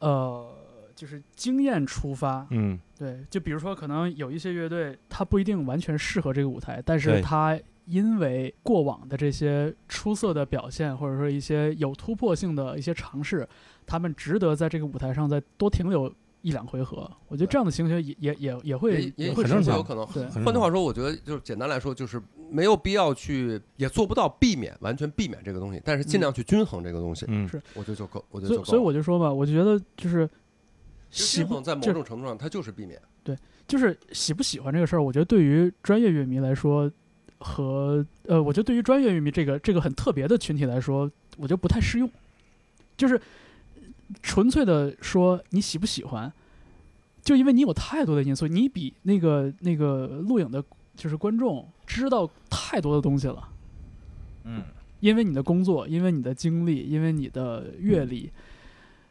S1: 呃，就是经验出发，
S2: 嗯
S1: 对，就比如说可能有一些乐队，它不一定完全适合这个舞台，但是
S2: 对
S1: 它因为过往的这些出色的表现，或者说一些有突破性的一些尝试，他们值得在这个舞台上再多停留一两回合。我觉得
S3: 对
S1: 这样的情形也也也也会
S3: 也也
S1: 会
S2: 很
S1: 出
S2: 正
S1: 现
S2: 常
S3: 有可能。
S1: 对，
S2: 很
S3: 换句话说，我觉得就是简单来说，就是没有必要去，也做不到避免完全避免这个东西，但是尽量去均衡这个东西，
S2: 嗯
S1: 是
S3: 我觉得就够，我觉得
S1: 所
S3: 就
S1: 以
S3: 够了。
S1: 嗯所以我就说吧，我就觉得就是
S3: 其实
S1: 喜
S3: 均
S1: 不
S3: 衡在某
S1: 就是
S3: 种程度上，它就是避免。
S1: 就是喜不喜欢这个事儿，我觉得对于专业乐迷来说，和呃，我觉得对于专业乐迷这个这个很特别的群体来说，我觉得不太适用。就是呃纯粹的说你喜不喜欢，就因为你有太多的因素，你比那个那个录影的，就是观众知道太多的东西了。
S4: 嗯，
S1: 因为你的工作，因为你的经历，因为你的阅
S2: 嗯
S1: 历，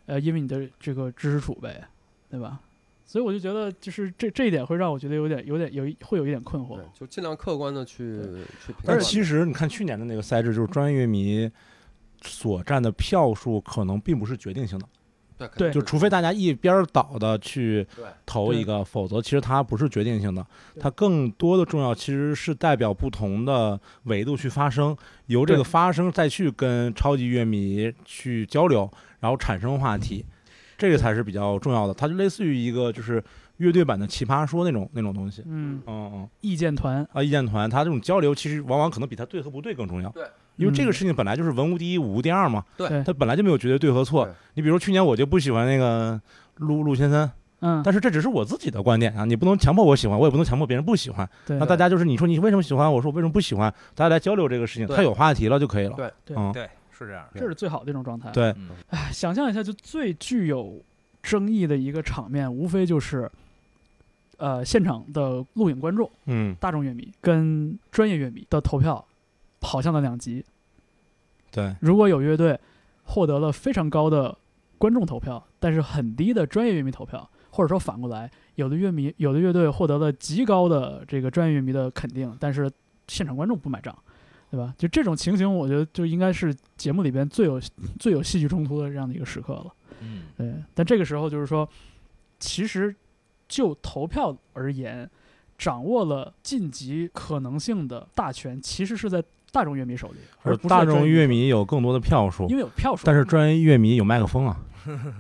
S1: 呃，因为你的这个知识储备，对吧？所以我就觉得，就是这这一点会让我觉得有点、有点、有一会有一点困惑
S3: 对。，就尽量客观的去
S1: 对
S3: 去评
S2: 但
S3: 论
S2: 是。其实你看去年的那个赛制，就是专业乐迷所占的票数可能并不是决定性的，
S3: 对，肯
S1: 对
S2: 就
S3: 定
S2: 除非大家一边倒的去
S3: 对
S2: 投一个，否则其实它不是决定性的，
S1: 对
S2: 它更多的重要其实是代表不同的维度去发生，由这个
S1: 对
S2: 发生再去跟超级乐迷去交流，然后产生话题。这个才是比较重要的。它就类似于一个就是乐队版的《奇葩说》那种那种东西。
S1: 嗯，
S2: 嗯嗯
S1: 意见团，
S2: 啊，意见团，它这种交流其实往往可能比它对和不对更重要。
S3: 对，
S2: 因为这个
S1: 嗯
S2: 事情本来就是文无第一，武无第二嘛。
S1: 对
S2: 它本来就没有绝对对和错
S3: 对。
S2: 你比如说去年我就不喜欢那个陆陆先生，
S1: 嗯，
S2: 但是这只是我自己的观点啊，你不能强迫我喜欢，我也不能强迫别人不喜欢。
S1: 对
S2: 那大家就是你说你为什么喜欢，我说我为什么不喜欢，大家来交流这个事情，
S3: 对
S2: 它有话题了就可以了。
S3: 对
S1: 对
S2: 嗯，
S4: 对，是这样的。
S1: 这是最好的一种状态。
S2: 对，
S4: 嗯
S1: 唉想象一下，就最具有争议的一个场面，无非就是，呃，现场的录影观众、
S2: 嗯，
S1: 大众乐迷跟专业乐迷的投票，跑向了两极。
S2: 对，
S1: 如果有乐队获得了非常高的观众投票，但是很低的专业乐迷投票，或者说反过来，有的乐迷有的乐队获得了极高的这个专业乐迷的肯定，但是现场观众不买账，对吧？就这种情形，我觉得就应该是节目里边最 有最有戏剧冲突的这样的一个时刻了。
S4: 嗯，
S1: 对，但这个时候就是说，其实就投票而言，掌握了晋级可能性的大权，其实是在大众乐迷手里，而
S2: 而
S1: 不是在
S2: 哦大
S1: 专
S2: 众
S1: 业
S2: 乐迷有更多的票数
S1: 因，为有票数，
S2: 但是专业乐迷有麦克风啊，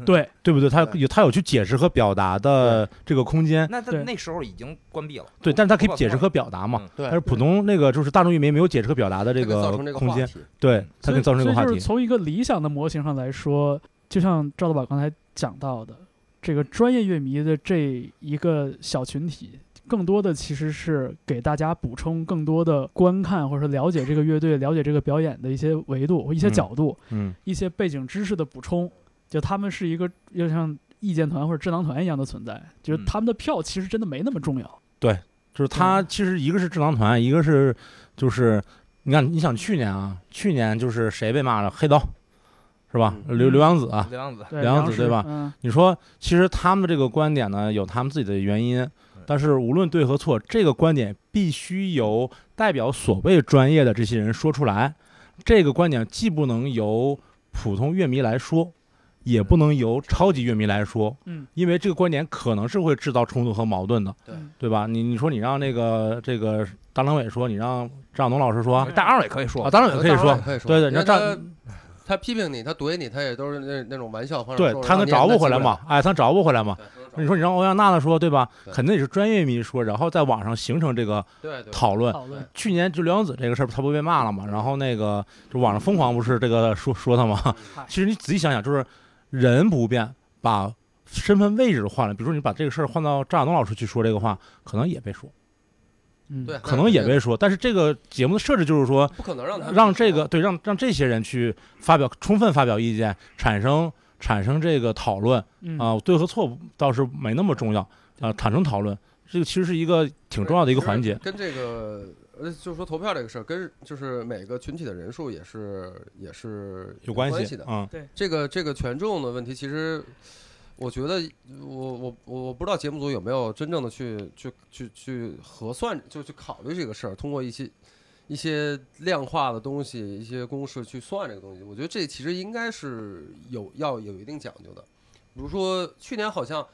S1: 对
S2: 对不对？他
S3: 对
S2: 有他有去解释和表达的这个空间，
S4: 那他
S1: 对
S4: 那时候已经关闭了。
S2: 对，但是他可以
S4: 不
S2: 解释和表达嘛
S4: 嗯。
S3: 对
S2: 但是普通那个就是大众乐迷没有解释和表达的
S3: 这
S2: 个
S3: 造成这个
S2: 空
S3: 话
S2: 间，
S3: 题，
S2: 对，他可以造成
S1: 所
S2: 这个
S1: 以
S2: 话
S1: 就是
S2: 题。
S1: 从一个理想的模型上来说，就像赵大宝刚才讲到的，这个专业乐迷的这一个小群体，更多的其实是给大家补充更多的观看或者是了解这个乐队、了解这个表演的一些维度、或一些
S2: 嗯
S1: 角度、
S2: 嗯，
S1: 一些背景知识的补充。就他们是一个又像意见团或者智囊团一样的存在，就是
S4: 嗯
S1: 他们的票其实真的没那么重要。
S2: 就是他其实一个是智囊团，一个是就是你看，你想去年啊，去年就是谁被骂了？黑刀是吧？
S3: 嗯
S2: 刘刘洋子啊
S4: 这，样子，
S1: 对，
S2: 梁
S1: 梁
S2: 子
S1: 实
S2: 对吧
S1: 嗯，
S2: 你说，其实他们这个观点呢，有他们自己的原因，但是无论对和错，这个观点必须由代表所谓专业的这些人说出来。这个观点既不能由普通乐迷来说，也不能由超级乐迷来说，
S1: 嗯，
S2: 因为这个观点可能是会制造冲突和矛盾的，
S3: 对
S2: 对吧？你你说你让那个这个大张伟说，你让张晓东老师说，
S4: 大二也可以说
S2: 啊，张张伟可以说，
S3: 可以说，
S2: 对对，你
S3: 因为
S2: 让张
S3: 他他批评你，他怼你，他也都是那那种玩笑方式
S2: 对
S3: 说，
S2: 他能找不回来嘛？哎，他找不回来嘛？
S3: 对他能找
S2: 你说你让欧阳娜娜说对吧？
S3: 对
S2: 肯定也是专业迷说，然后在网上形成这个
S3: 对对
S2: 讨论。
S1: 讨论
S2: 去年就刘洋子这个事儿，他不被骂了嘛？然后那个就网上疯狂不是这个说说他吗？
S3: 嗯
S1: 嗨
S2: 其实你仔细想想，就是人不变，把身份位置换了。比如说你把这个事儿换到张亚东老师去说这个话，可能也被说，
S1: 嗯，
S3: 对，
S2: 可能也
S3: 没
S2: 被说。但是这个节目的设置就是说，
S3: 不可能让他
S2: 让这个对让让这些人去发表充分发表意见，产生产生这个讨论。
S1: 嗯
S2: 啊，对和错倒是没那么重要啊，坦诚讨论，这个其实是一个挺重要的一个环节。
S3: 跟这个呃，就是说投票这个事儿，跟就是每个群体的人数也是也是
S2: 有关
S3: 系的。
S2: 嗯，
S3: 这个这个权重的问题，其实我觉得我我我我不知道节目组有没有真正的去去去去核算，就去考虑这个事儿，通过一些一些量化的东西、一些公式去算这个东西。我觉得这其实应该是有要有一定讲究的。比如说去年好像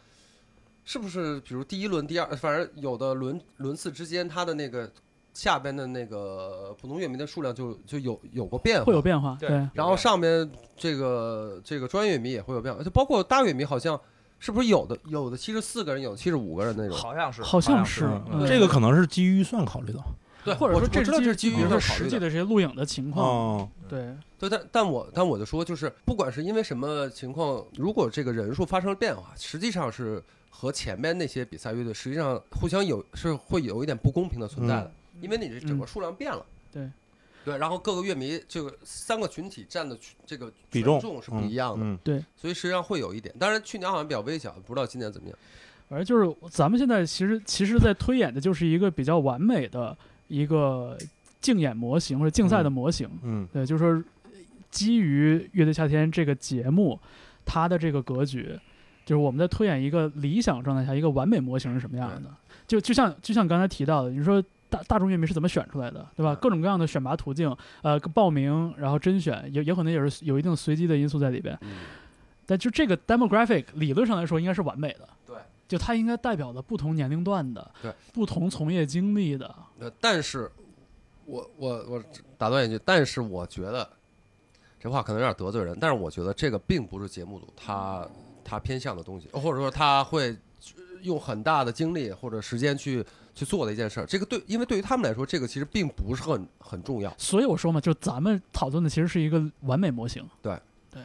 S3: 是不是，比如第一轮、第二，反正有的轮轮次之间，它的那个下边的那个普通乐迷的数量就就有有过变化，
S1: 会有变化，
S4: 对
S1: 对，
S3: 然后上面这个这个专业迷也会有变化，就包括大乐迷，好像是不是有的有的七十四个人，有的七十五个人那种？
S4: 好像是，
S1: 好像
S4: 像
S1: 是
S2: 嗯
S1: 嗯
S2: 这个可能是基于预算考虑的。
S3: 对，
S1: 或者
S3: 我
S1: 说
S3: 我知道这
S1: 是
S3: 基于
S1: 比如
S3: 一
S1: 说
S3: 个考
S1: 实
S3: 虑
S1: 际
S3: 的。
S1: 的这些录影的情况，
S2: 哦，
S1: 对，
S3: 对，但但我但我就说，就是不管是因为什么情况，如果这个人数发生了变化，实际上是和前面那些比赛乐队实际上互相有是会有一点不公平的存在的，因为你这整个数量变了。
S1: 嗯对。
S3: 对，然后各个乐迷这个三个群体占的群这个
S2: 比
S3: 权
S2: 重
S3: 重是不一样的，
S2: 嗯，
S3: 所以实际上会有一点。当然去年好像比较微小，不知道今年怎么样。
S1: 而就是咱们现在其实其实在推演的就是一个比较完美的一个竞演模型或者竞赛的模型，
S2: 嗯
S1: 对，就是说基于《乐队夏天》这个节目，它的这个格局，就是我们在推演一个理想状态下一个完美模型是什么样的。就就像就像刚才提到的，你说大大众乐迷是怎么选出来的，对吧？
S3: 嗯
S1: 各种各样的选拔途径，呃，报名，然后甄选，也也可能也是有一定随机的因素在里边。
S3: 嗯。
S1: 但就这个 demographic 理论上来说应该是完美的，
S3: 对，
S1: 就它应该代表了不同年龄段的，
S3: 对，
S1: 不同从业经历的，
S3: 呃，但是我我我打断一句，但是我觉得这话可能有点得罪人，但是我觉得这个并不是节目组他他偏向的东西，或者说他会用很大的精力或者时间去去做的一件事儿。这个对，因为对于他们来说，这个其实并不是很很重要。
S1: 所以我说嘛，就咱们讨论的其实是一个完美模型。
S3: 对，
S1: 对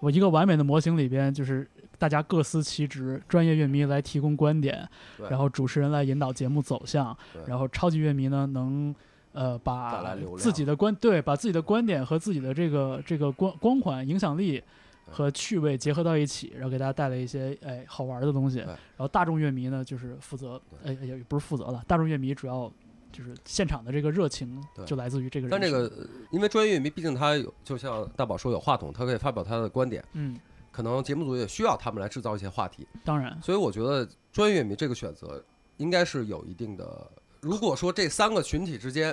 S1: 我一个完美的模型里边，就是大家各司其职，专业乐迷来提供观点
S3: 对，
S1: 然后主持人来引导节目走向
S3: 对，
S1: 然后超级乐迷呢能。呃，
S3: 带来
S1: 把
S3: 流量
S1: 自己的观对，把自己的观点和自己的这个这个光光环、影响力
S3: 对
S1: 和趣味结合到一起，然后给大家带来一些哎好玩的东西。
S3: 对
S1: 然后大众乐迷呢，就是负责，哎也不是负责了，大众乐迷主要就是现场的这个热情
S3: 对
S1: 就来自于这个人
S3: 但这
S1: 群
S3: 个，呃因为专业乐迷，毕竟他有，就像大宝说有话筒，他可以发表他的观点，
S1: 嗯，
S3: 可能节目组也需要他们来制造一些话题。
S1: 当然，
S3: 所以我觉得专业乐迷这个选择应该是有一定的。如果说这三个群体之间，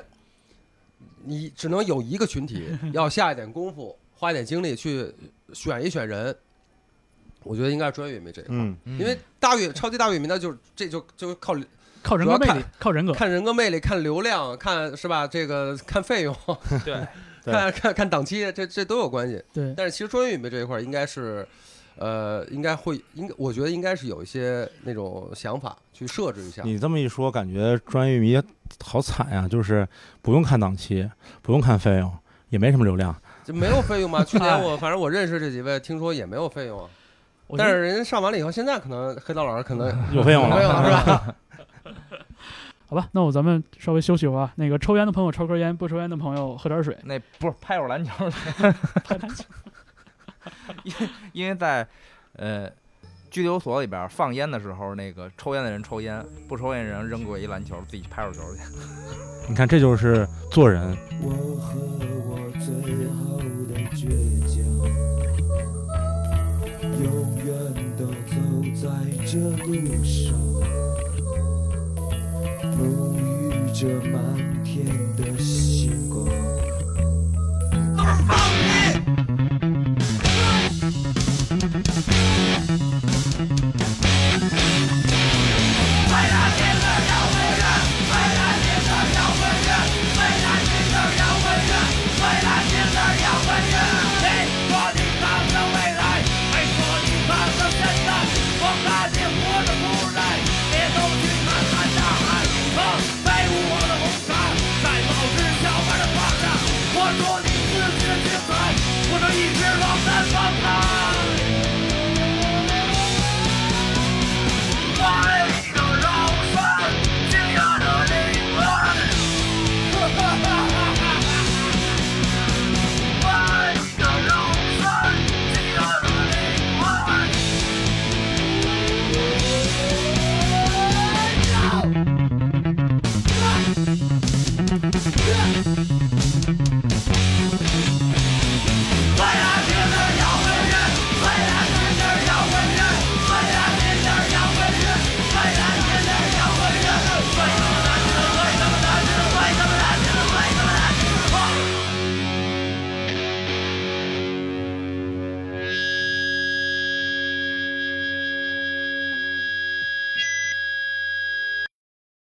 S3: 你只能有一个群 体要下一点功夫，花一点精力去选一选人，我觉得应该是专业乐迷这一块。
S2: 嗯，
S3: 因为大乐超级大乐迷，那就是这就就靠
S1: 靠人格
S3: 主要
S1: 魅
S3: 看
S1: 力，靠人格，
S3: 看人格魅力、看流量、看是吧？这个看费用、
S4: 嗯对，
S2: 对
S3: 看看看档期，这这都有关系。
S1: 对，
S3: 但是其实专业准备这一块儿应该是，呃，应该会应该我觉得应该是有一些那种想法去设置一下。
S2: 你这么一说，感觉专业迷好惨呀、就是不用看档期，不用看费用，也没什么流量。
S3: 这没有费用吗？去年我反正我认识这几位，听说也没有费用啊。
S1: 我觉
S3: 但
S1: 得
S3: 是人家上完了以后，现在可能黑道老师可能
S2: 有费用
S3: 有
S2: 了
S3: 费用了是吧？
S1: 好吧，那我咱们稍微休息会儿啊。那个抽烟的朋友抽根烟，不抽烟的朋友喝点水。
S4: 那不是拍会儿篮球儿，
S1: 拍篮球
S4: 因为在呃拘留所里边儿放烟的时候，那个抽烟的人抽烟，不抽烟的人扔过一篮球儿，自己拍会儿球儿去。
S2: 你看，这就是做人。
S5: 我和我最后的倔强，永远的走在这路上，沐浴着满天的星光。